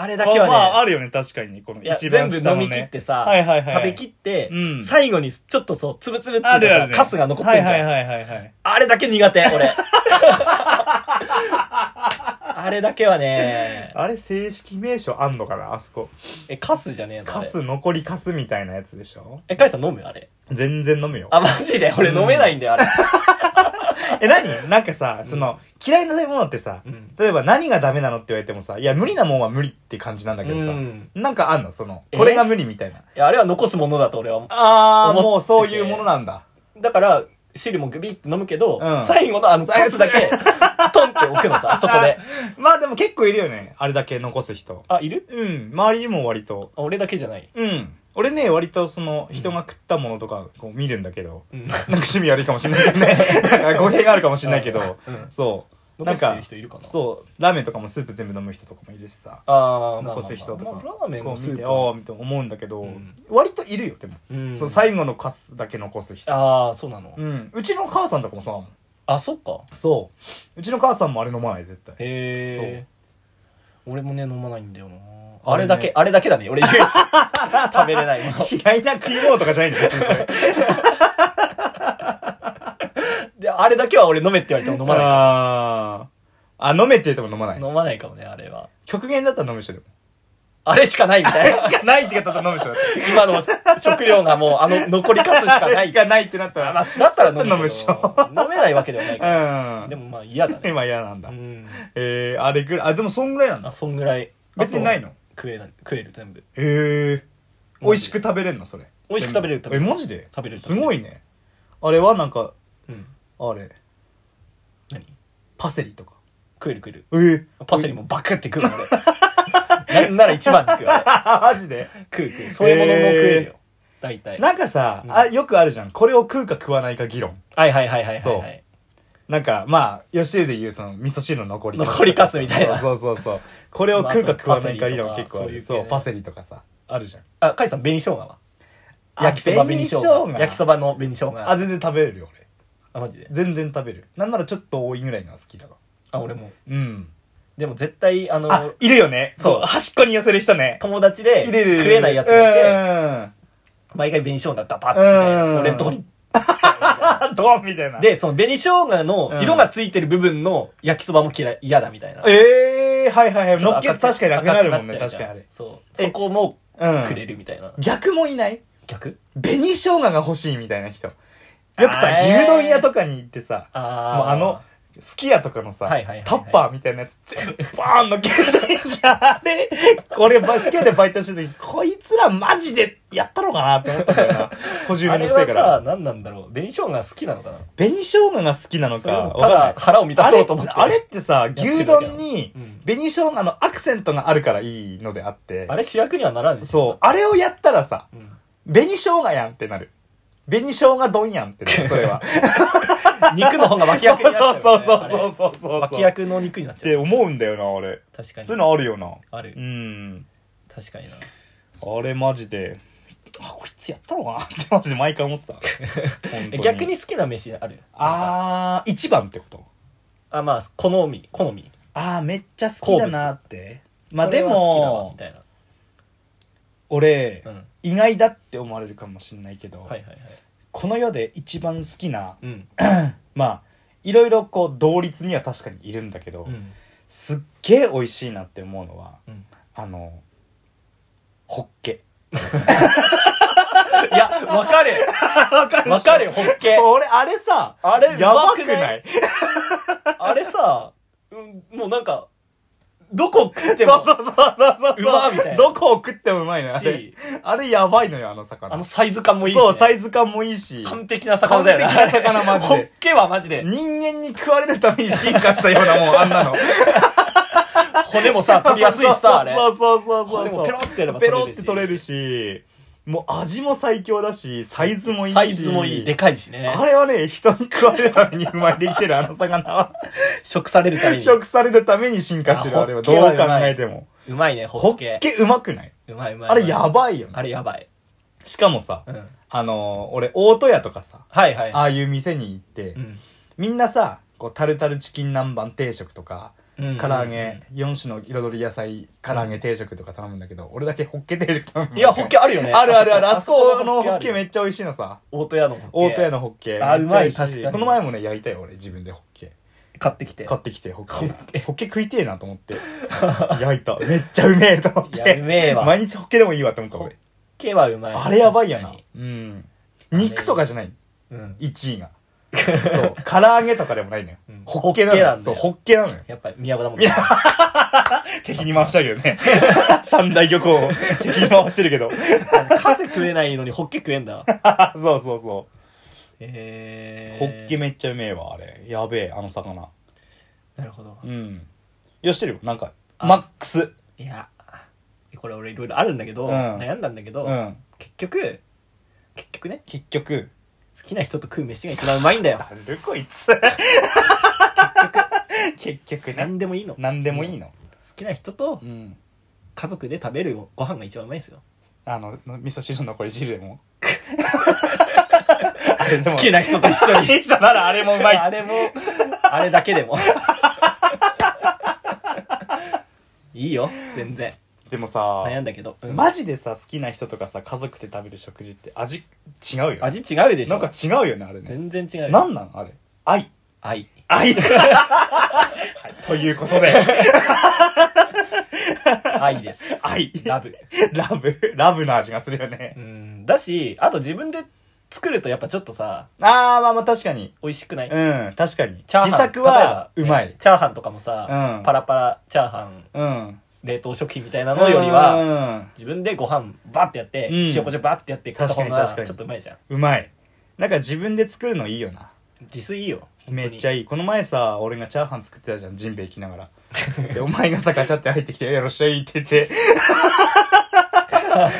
Speaker 1: あれだ
Speaker 2: ま
Speaker 1: けは
Speaker 2: あ
Speaker 1: ね、
Speaker 2: まああるよね確かにこの
Speaker 1: いや
Speaker 2: 一
Speaker 1: 全
Speaker 2: 番
Speaker 1: 部
Speaker 2: 下の
Speaker 1: 飲
Speaker 2: ね
Speaker 1: み切ってさ、
Speaker 2: はいはいはい
Speaker 1: 食べ切って、
Speaker 2: うん
Speaker 1: 最後にちょっとそう、つぶつぶって
Speaker 2: あるあ
Speaker 1: さ、
Speaker 2: るね
Speaker 1: カスが残ってんじゃん。
Speaker 2: はいはいはいはいはい
Speaker 1: あれだけ苦手、
Speaker 2: [laughs]
Speaker 1: 俺。あれだけはね、
Speaker 2: あれ正式名称あんのかなあそこ
Speaker 1: え、カスじゃねえのあれ
Speaker 2: カス残りカスみたいなやつでしょ
Speaker 1: え、カイさん飲むあれ。
Speaker 2: 全然飲むよ
Speaker 1: あ、マジで俺飲めないんだよ、あれ。
Speaker 2: え何なんかさその嫌いなものってさ
Speaker 1: うん
Speaker 2: 例えば何がダメなのって言われてもさいや無理なもんは無理って感じなんだけどさ
Speaker 1: うん
Speaker 2: なんかあんのその
Speaker 1: え
Speaker 2: これが無理みたいない
Speaker 1: や、あれは残すものだと俺は思思
Speaker 2: ああ
Speaker 1: ってて
Speaker 2: もうそういうものなんだ
Speaker 1: う。だから、汁もグビって飲むけど、
Speaker 2: うん
Speaker 1: 最後のあのカスだけ、トンって置くの
Speaker 2: [laughs]
Speaker 1: さ、あそこで。
Speaker 2: まあでも結構いるよねあれだけ残す人
Speaker 1: あ、いる
Speaker 2: うん周りにも割と
Speaker 1: あ俺だけじゃない。
Speaker 2: うん俺ね割とその人が食ったものとかこう見るんだけど
Speaker 1: うん。
Speaker 2: なんか趣味悪いかもしれないけど [laughs] ねなんか語弊があるかもしれないけど
Speaker 1: うん
Speaker 2: そう
Speaker 1: 残
Speaker 2: なん
Speaker 1: して
Speaker 2: か
Speaker 1: る人いるかな
Speaker 2: そうラーメンとかもスープ全部飲む人とかもいるしさ
Speaker 1: あーまあ、まあまあ、
Speaker 2: 残す人とか、
Speaker 1: まあラーメン
Speaker 2: こ
Speaker 1: の
Speaker 2: う
Speaker 1: ス
Speaker 2: 見
Speaker 1: ー
Speaker 2: て
Speaker 1: プ
Speaker 2: ああ
Speaker 1: は。
Speaker 2: みたいな思うんだけど、
Speaker 1: うん
Speaker 2: 割といるよでも、
Speaker 1: うん
Speaker 2: その最後のカスだけ残す人
Speaker 1: ああ、そうなの
Speaker 2: う。んうちの母さんとかもそうだもん
Speaker 1: あ、そっか。
Speaker 2: そううちの母さんもあれ飲まない絶対
Speaker 1: へえ俺もね飲まないんだよなあれだけ、
Speaker 2: ね
Speaker 1: あれだけだね俺唯一
Speaker 2: [laughs]
Speaker 1: 食べれないもの
Speaker 2: 嫌いな食い物とかじゃないんだよ別
Speaker 1: [laughs]
Speaker 2: にそれ
Speaker 1: であれだけは俺飲めって言われても飲まない
Speaker 2: あーあ飲めって言っても飲まない
Speaker 1: 飲まないかもねあれは
Speaker 2: 極限だったら飲む人でも
Speaker 1: あれしかないみたいな
Speaker 2: ないって言ったら飲む人
Speaker 1: 今の食料がもうあの残りかすしかない
Speaker 2: しかないってなった
Speaker 1: あまあ
Speaker 2: ら
Speaker 1: だったら飲むけど
Speaker 2: 飲むでしょ
Speaker 1: 飲めないわけではないから、
Speaker 2: うん
Speaker 1: でもまあ嫌だね
Speaker 2: 今嫌なんだ、
Speaker 1: うん
Speaker 2: えー、あれぐらいあでもそんぐらいなんだ
Speaker 1: あそんぐらい
Speaker 2: 別にないの
Speaker 1: あと食えない食える全部
Speaker 2: へえ美味しく食べれるのそれ
Speaker 1: 美味しく食べれる食べれ
Speaker 2: え
Speaker 1: る
Speaker 2: マジで
Speaker 1: 食べれる食
Speaker 2: す
Speaker 1: べれる
Speaker 2: ごいねあれはなんか
Speaker 1: うん
Speaker 2: あれ
Speaker 1: 何
Speaker 2: パセリとか
Speaker 1: 食える食える
Speaker 2: えー、
Speaker 1: パセリもバクって食うので [laughs] なんなら一番に食うあれ
Speaker 2: あ [laughs] マジで
Speaker 1: 食う食うそういうものも食えるよ、大体
Speaker 2: なんかさ、
Speaker 1: うん
Speaker 2: あよくあるじゃんこれを食うか食わないか議論
Speaker 1: はいはいはいはいはい、
Speaker 2: そう
Speaker 1: はい、
Speaker 2: なんかまあ吉江で言うその味噌汁の残り
Speaker 1: 残りかすみたいな
Speaker 2: そうそうそうそうこれを食うか食わないか理
Speaker 1: ま
Speaker 2: 論
Speaker 1: ああと
Speaker 2: 結構あ
Speaker 1: パセ
Speaker 2: る
Speaker 1: リとか
Speaker 2: そうパセリとかさあるじゃん
Speaker 1: あカイさん紅生姜は
Speaker 2: あ
Speaker 1: 焼きそば紅
Speaker 2: 紅
Speaker 1: 生
Speaker 2: 生姜
Speaker 1: 姜焼きそばの紅生姜
Speaker 2: あ
Speaker 1: あ
Speaker 2: 全然食べれるよ俺
Speaker 1: あマジで
Speaker 2: 全然食べるなんならちょっと多いぐらいのは好きだわ
Speaker 1: あ俺も
Speaker 2: うん
Speaker 1: でも絶対あの
Speaker 2: あいるよね
Speaker 1: そう
Speaker 2: こ端っこに寄せる人ね
Speaker 1: 友達で
Speaker 2: いるいるる
Speaker 1: 食えないやつがいて
Speaker 2: うん
Speaker 1: 毎回紅生姜だったパッて
Speaker 2: うん
Speaker 1: 俺のとこに
Speaker 2: あ [laughs] ドンみたいな
Speaker 1: でその紅生姜
Speaker 2: う
Speaker 1: の
Speaker 2: ん
Speaker 1: 色がついてる部分の焼きそばも嫌い嫌だみたいな
Speaker 2: ええはいはいはい。
Speaker 1: ちょっと
Speaker 2: 乗っけ
Speaker 1: 赤
Speaker 2: る確かになくなるもん
Speaker 1: 赤
Speaker 2: ね、
Speaker 1: く
Speaker 2: 確
Speaker 1: なっ
Speaker 2: か
Speaker 1: ち
Speaker 2: に
Speaker 1: ゃ
Speaker 2: あ
Speaker 1: う
Speaker 2: れ。
Speaker 1: そう
Speaker 2: え
Speaker 1: そこも
Speaker 2: うん
Speaker 1: くれるみたいな
Speaker 2: 逆もいない
Speaker 1: 逆
Speaker 2: 紅生姜が欲しいみたいな人。よくさ、
Speaker 1: あー
Speaker 2: 牛丼屋とかに行ってさ、
Speaker 1: あ
Speaker 2: もう
Speaker 1: あ
Speaker 2: あの、すき家とかのさ、
Speaker 1: はいはいはいはい
Speaker 2: タッパーみたいなやつ全部バーンのっけてんじゃん。あれ、俺、すき家でバイトしてた時、こいつらマジでやったのかなって思ったんだよ [laughs] な。補充
Speaker 1: あ
Speaker 2: めんど
Speaker 1: れ
Speaker 2: くせえ
Speaker 1: は
Speaker 2: から
Speaker 1: さ。何なんだろう紅生姜が好きなのかな
Speaker 2: 紅生姜が好きなの
Speaker 1: そ
Speaker 2: か、
Speaker 1: れも
Speaker 2: わ
Speaker 1: た
Speaker 2: かんな
Speaker 1: だ。
Speaker 2: い
Speaker 1: 腹を満たそうと思って
Speaker 2: あれあれってさ、
Speaker 1: てる
Speaker 2: 牛丼に
Speaker 1: うん
Speaker 2: 紅生姜のアクセントがあるからいいのであって、
Speaker 1: あれ主役にはならんでし
Speaker 2: そう
Speaker 1: ょ。
Speaker 2: あれをやったらさ、
Speaker 1: うん
Speaker 2: 紅生姜やんってなる。紅生姜丼やんってなる、それ [laughs] は。
Speaker 1: 肉の方が脇役になっちゃうよね。
Speaker 2: そうそうそうそうそうそう
Speaker 1: あれ脇役の肉になっ
Speaker 2: っ
Speaker 1: ちゃ
Speaker 2: て
Speaker 1: う。
Speaker 2: 思うんだよな、俺。
Speaker 1: 確かに。
Speaker 2: そういうのあるよな。
Speaker 1: あ
Speaker 2: う
Speaker 1: る。
Speaker 2: ん。
Speaker 1: 確かにな。
Speaker 2: あれマジで、あ、こいつやったのかなってマジで毎回思ってた。本当
Speaker 1: え逆。に好きな飯あるあ
Speaker 2: あー、一番ってこと
Speaker 1: あ。あ、まあ、好み、好み。
Speaker 2: あー、めっちゃ好きだなって。まあ
Speaker 1: これ
Speaker 2: で
Speaker 1: は好きだわ
Speaker 2: も
Speaker 1: み、たいな。
Speaker 2: 俺、
Speaker 1: うん。
Speaker 2: 意外だって思われるかもしれないけど、
Speaker 1: はいはいはい。
Speaker 2: この世で一番好きな
Speaker 1: うん。
Speaker 2: まあいろいろこう同率には確かにいるんだけど、
Speaker 1: うん。
Speaker 2: すっげえ美味しいなって思うのは
Speaker 1: うん
Speaker 2: あのホッケ
Speaker 1: いや、わかる
Speaker 2: わか
Speaker 1: わかるよ、ホッケ。
Speaker 2: 俺あれさ
Speaker 1: あれ、
Speaker 2: やば
Speaker 1: う
Speaker 2: く
Speaker 1: ま
Speaker 2: ない
Speaker 1: あれさ、うんもうなんか、どこ食って
Speaker 2: そう
Speaker 1: も
Speaker 2: そうそうそうそう
Speaker 1: うまーみたいな
Speaker 2: どこを食ってもうまいのよあれ
Speaker 1: し、
Speaker 2: あれやばいのよあの魚
Speaker 1: あのサイズ感もいいしね。
Speaker 2: そうサイズ感もいいし
Speaker 1: 完璧な魚だよね。
Speaker 2: 完璧な魚マジで
Speaker 1: ホッケはマジで。
Speaker 2: 人間に食われるために進化したようなもんあんなの
Speaker 1: [laughs] 骨もさ、取りやすいしさ、あれ。
Speaker 2: そうそうそうそうそ
Speaker 1: 骨
Speaker 2: う
Speaker 1: もペロってやれば
Speaker 2: ペロ
Speaker 1: 取れる
Speaker 2: っ
Speaker 1: し。
Speaker 2: て取れるし、もう味も最強だし、サイズもいいし。
Speaker 1: サイズもいい。でかいしね。
Speaker 2: あれはね、人に食われるために生まれてきてるあの魚は、
Speaker 1: 食されるために。
Speaker 2: 食されるために進化してる
Speaker 1: あ
Speaker 2: あれは、どう考えても。
Speaker 1: うまいね、
Speaker 2: ホ
Speaker 1: ホッ
Speaker 2: ッ
Speaker 1: ケ。
Speaker 2: ケうまくないう
Speaker 1: まいうまい。
Speaker 2: あれや
Speaker 1: い。
Speaker 2: ばいよね。
Speaker 1: あれやばい。
Speaker 2: しかもさ
Speaker 1: う、ん。
Speaker 2: あのー、俺、大戸屋とかさ、
Speaker 1: はいはい。
Speaker 2: ああいう店に行って
Speaker 1: う、ん。
Speaker 2: みんなさ、こう、タルタルチキン南蛮定食とか、
Speaker 1: うん
Speaker 2: 唐揚げ、4種の彩り野菜、唐揚げ定食とか頼むんだけど、俺だけホッケ定食頼むんだけど。
Speaker 1: いや、ホッケあるよね。
Speaker 2: あるあるある。あそこのホッケめ
Speaker 1: っち
Speaker 2: っちゃ美味しいのさ。
Speaker 1: ゃ。大戸屋のホッケ。
Speaker 2: 大戸屋のホッケ。
Speaker 1: あうまい
Speaker 2: めっちゃ美味し
Speaker 1: 確かに
Speaker 2: この前もね、焼いたよ、俺、自分でホッケ。
Speaker 1: 買ってきて。
Speaker 2: 買ってきて、ホッ
Speaker 1: ホッケ
Speaker 2: ケ。ホッケ食いてえなと思って。 [laughs] 焼いた。めっちゃうめえと思っ
Speaker 1: いや
Speaker 2: て。
Speaker 1: うめえわ
Speaker 2: 毎日ホッケでもいいわって思った、
Speaker 1: ホッ
Speaker 2: 俺。
Speaker 1: ケはうまい。
Speaker 2: あれやばいよな
Speaker 1: 確か。
Speaker 2: うん。肉とかじゃない。
Speaker 1: に。うん。
Speaker 2: 1位が。そう。唐揚げとかでもないのよ
Speaker 1: うん。
Speaker 2: ホッケなの
Speaker 1: ホッケなんだよ
Speaker 2: よ。そう、ホッケなのよ。
Speaker 1: やっぱり宮古だもんね。
Speaker 2: 敵に回したけどね。 [laughs] 三大漁港を敵に回してるけど。
Speaker 1: 風食えないのにホッケ食えんだ。
Speaker 2: そうそうそう。
Speaker 1: えー。
Speaker 2: ホッケめっちゃうめえわ、あれ。やべえ、あの魚。
Speaker 1: なるほど
Speaker 2: う。ん。よしてるよ。なんか、
Speaker 1: あ
Speaker 2: マックス。
Speaker 1: いや、これ俺いろいろあるんだけど、
Speaker 2: うん
Speaker 1: 悩んだんだけど
Speaker 2: う、ん。
Speaker 1: 結局、結局ね、
Speaker 2: 結局。
Speaker 1: 好きな人と食う飯が一番うまいん
Speaker 2: [laughs]
Speaker 1: だよ。
Speaker 2: るこいつ。結局ね。
Speaker 1: 何でもいいの。好
Speaker 2: なんでもいいの。
Speaker 1: きな人と
Speaker 2: うん。
Speaker 1: 家族で食べるご飯が一番うまいですよ。
Speaker 2: あの、味噌汁の残り汁でも。 [laughs] あれでも
Speaker 1: 好
Speaker 2: [laughs]
Speaker 1: きな人と一緒に。
Speaker 2: 一緒ならあれもうまい。
Speaker 1: あれも、あれだけでも。 [laughs] いいよ、全然。
Speaker 2: でもさ、
Speaker 1: 悩んだけど。うん
Speaker 2: マジでさ、好きな人とかさ、家族で食べる食事って味違うよ。
Speaker 1: 味違うでし
Speaker 2: な
Speaker 1: ょ
Speaker 2: んか。違うよね、あれね。
Speaker 1: 全然違うよ。
Speaker 2: なんなんあれ。愛。
Speaker 1: 愛。
Speaker 2: 愛。ということで、
Speaker 1: [laughs] 愛です。
Speaker 2: 愛。
Speaker 1: ラブ。
Speaker 2: ラブ、ラブの味がするよ
Speaker 1: う
Speaker 2: ね。
Speaker 1: ん。だし、あと自分で作るとやっぱちょっとさ、
Speaker 2: ああ、まあまあ確かに。
Speaker 1: 美味しくない、
Speaker 2: うん、確かに。
Speaker 1: チャーハン
Speaker 2: 自作は
Speaker 1: 例
Speaker 2: う
Speaker 1: えば
Speaker 2: ま
Speaker 1: ね
Speaker 2: い。
Speaker 1: チャーハンとかもさ、
Speaker 2: うん
Speaker 1: パラパラチャーハン、
Speaker 2: うん。
Speaker 1: 冷凍食品みたいなのよりは、
Speaker 2: は、
Speaker 1: 自分でご飯バッてやって、
Speaker 2: うん
Speaker 1: 塩こしょバッてやって食った方
Speaker 2: 確かに
Speaker 1: が
Speaker 2: 確
Speaker 1: ち
Speaker 2: か
Speaker 1: ょっ
Speaker 2: に
Speaker 1: とうまいじゃん。
Speaker 2: うまい。なんか自分で作るのいいよな。
Speaker 1: 自炊いいよ。
Speaker 2: めっちゃ
Speaker 1: いい。
Speaker 2: いい。この前さ、俺がチャーハン作ってたじゃん、ジンベエ行きながら。で、お前がさ、ガチャって入ってきて、よろしゃいって言 [laughs] って。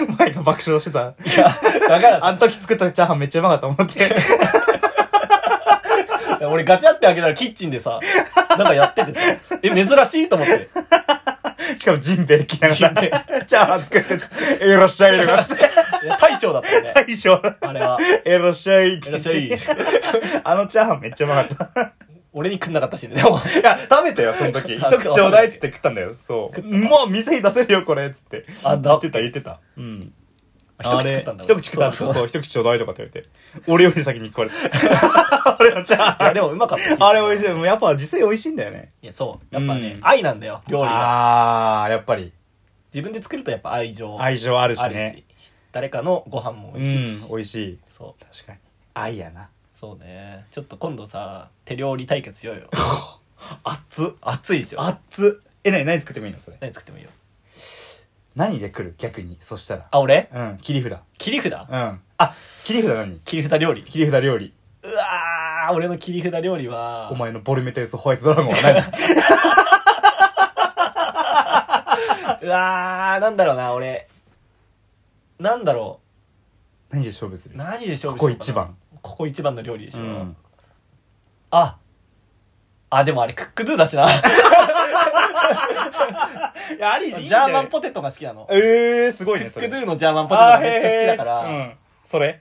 Speaker 2: お前が爆笑してた。
Speaker 1: いや、だから
Speaker 2: あん時作ったチャーハンめっちゃうまかった思って。
Speaker 1: 俺ガチャって開けたらキッチンでさ、なんかやっててさ、え、珍しいと思って。
Speaker 2: しかもジンベエ行きなが
Speaker 1: ジン
Speaker 2: ら、チャーハン作ってた。よろしゃいとかっ [laughs] つって。
Speaker 1: いや大将だったよね。
Speaker 2: 大将。
Speaker 1: あれは。
Speaker 2: よろしゃいっ
Speaker 1: い
Speaker 2: て
Speaker 1: ら
Speaker 2: 言
Speaker 1: っ
Speaker 2: っ
Speaker 1: しゃい
Speaker 2: て。。あのチャーハンめっちゃうまかった。
Speaker 1: 俺に食んなかったしね。でも、
Speaker 2: いや、食べたよ、その時。
Speaker 1: あ
Speaker 2: 一口ちょうだいっつって食ったんだよ。そう。もう店に出せるよ、これっつって。
Speaker 1: あだ
Speaker 2: 言ってた、言ってた。うん。
Speaker 1: [laughs] 一口食ったんだ
Speaker 2: あれ一口食ったんだ
Speaker 1: そ
Speaker 2: そうう
Speaker 1: そう
Speaker 2: そう、一口ちょうだいとかって言われて。 [laughs] 俺より先に食われ [laughs] た。俺のチャー
Speaker 1: い
Speaker 2: ハ
Speaker 1: や、
Speaker 2: ン。
Speaker 1: でもうまかった。
Speaker 2: あれ美味しい。
Speaker 1: い。
Speaker 2: もうやっぱ実際美味しいんだよね。
Speaker 1: いや、そう。やっぱね、
Speaker 2: うん
Speaker 1: 愛なんだよ、料理が。
Speaker 2: あー、やっぱり。
Speaker 1: 自分で作るとやっぱ愛情
Speaker 2: 愛情あ
Speaker 1: あ
Speaker 2: るしね。
Speaker 1: 誰かのご飯も
Speaker 2: うん
Speaker 1: 美味しいし、、
Speaker 2: 美味しい。
Speaker 1: そう
Speaker 2: 確かに。愛やな。
Speaker 1: そうねちょっと今度さ手料理対決しようよ
Speaker 2: [laughs] 熱っ。
Speaker 1: 熱いでしょ
Speaker 2: 熱っ。え、なに、何作ってもいいのそれ。
Speaker 1: 何作ってもいいよ
Speaker 2: 何で来る逆に。そしたら。
Speaker 1: あ俺
Speaker 2: うん、切り札。うん。
Speaker 1: 切り札
Speaker 2: あ、切り札何
Speaker 1: 切り札料理
Speaker 2: 切り札料理。
Speaker 1: うわー俺の切り札料理は
Speaker 2: お前のボルメテウスホワイトドラゴンは何
Speaker 1: うわーなんだろうな俺なんだろ
Speaker 2: [laughs] 何で勝負す
Speaker 1: う
Speaker 2: る
Speaker 1: 何でしょう
Speaker 2: ここ一番
Speaker 1: ここ一番の料理でしょ、
Speaker 2: うん
Speaker 1: ああでもあれクックドゥだしな
Speaker 2: [laughs] いやあり
Speaker 1: ジ
Speaker 2: じゃん
Speaker 1: ャーマンポテトが好きなのク
Speaker 2: ええー、すごいねそ
Speaker 1: ック
Speaker 2: れ
Speaker 1: ドゥのジャーマンポテト
Speaker 2: あ
Speaker 1: が
Speaker 2: ー
Speaker 1: めっちゃ好きだから、
Speaker 2: へーうんそれ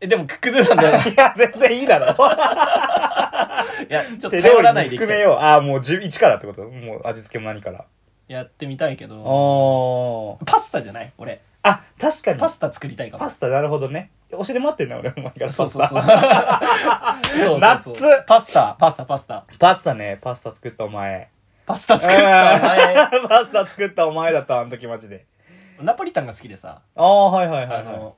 Speaker 1: えでもクックドゥなんだよ [laughs] ない
Speaker 2: や全然いいだろ
Speaker 1: いや、ちょっと
Speaker 2: [laughs] 手料
Speaker 1: 頼らな
Speaker 2: 理
Speaker 1: いで
Speaker 2: に
Speaker 1: いき
Speaker 2: 含
Speaker 1: た
Speaker 2: め
Speaker 1: い
Speaker 2: ようああもうじ一からってこともう味付けも何から
Speaker 1: やってみたいけど。
Speaker 2: お
Speaker 1: パスタじゃない俺。
Speaker 2: あ確かに
Speaker 1: パスタ作りたいかも
Speaker 2: パ。スタなるほどねお尻待ってんな俺お前から
Speaker 1: そう [laughs] そうそう。
Speaker 2: パス
Speaker 1: そう
Speaker 2: ナッ
Speaker 1: そう
Speaker 2: ツ
Speaker 1: そう。パスタ、パスタ、パスタ。
Speaker 2: タパスタねパスタ作ったお前
Speaker 1: パスタ作ったお前。
Speaker 2: うん [laughs] パスタ作ったお前だったあの時マジで
Speaker 1: ナポリタンが好きでさ、
Speaker 2: ああはいはい
Speaker 1: あの、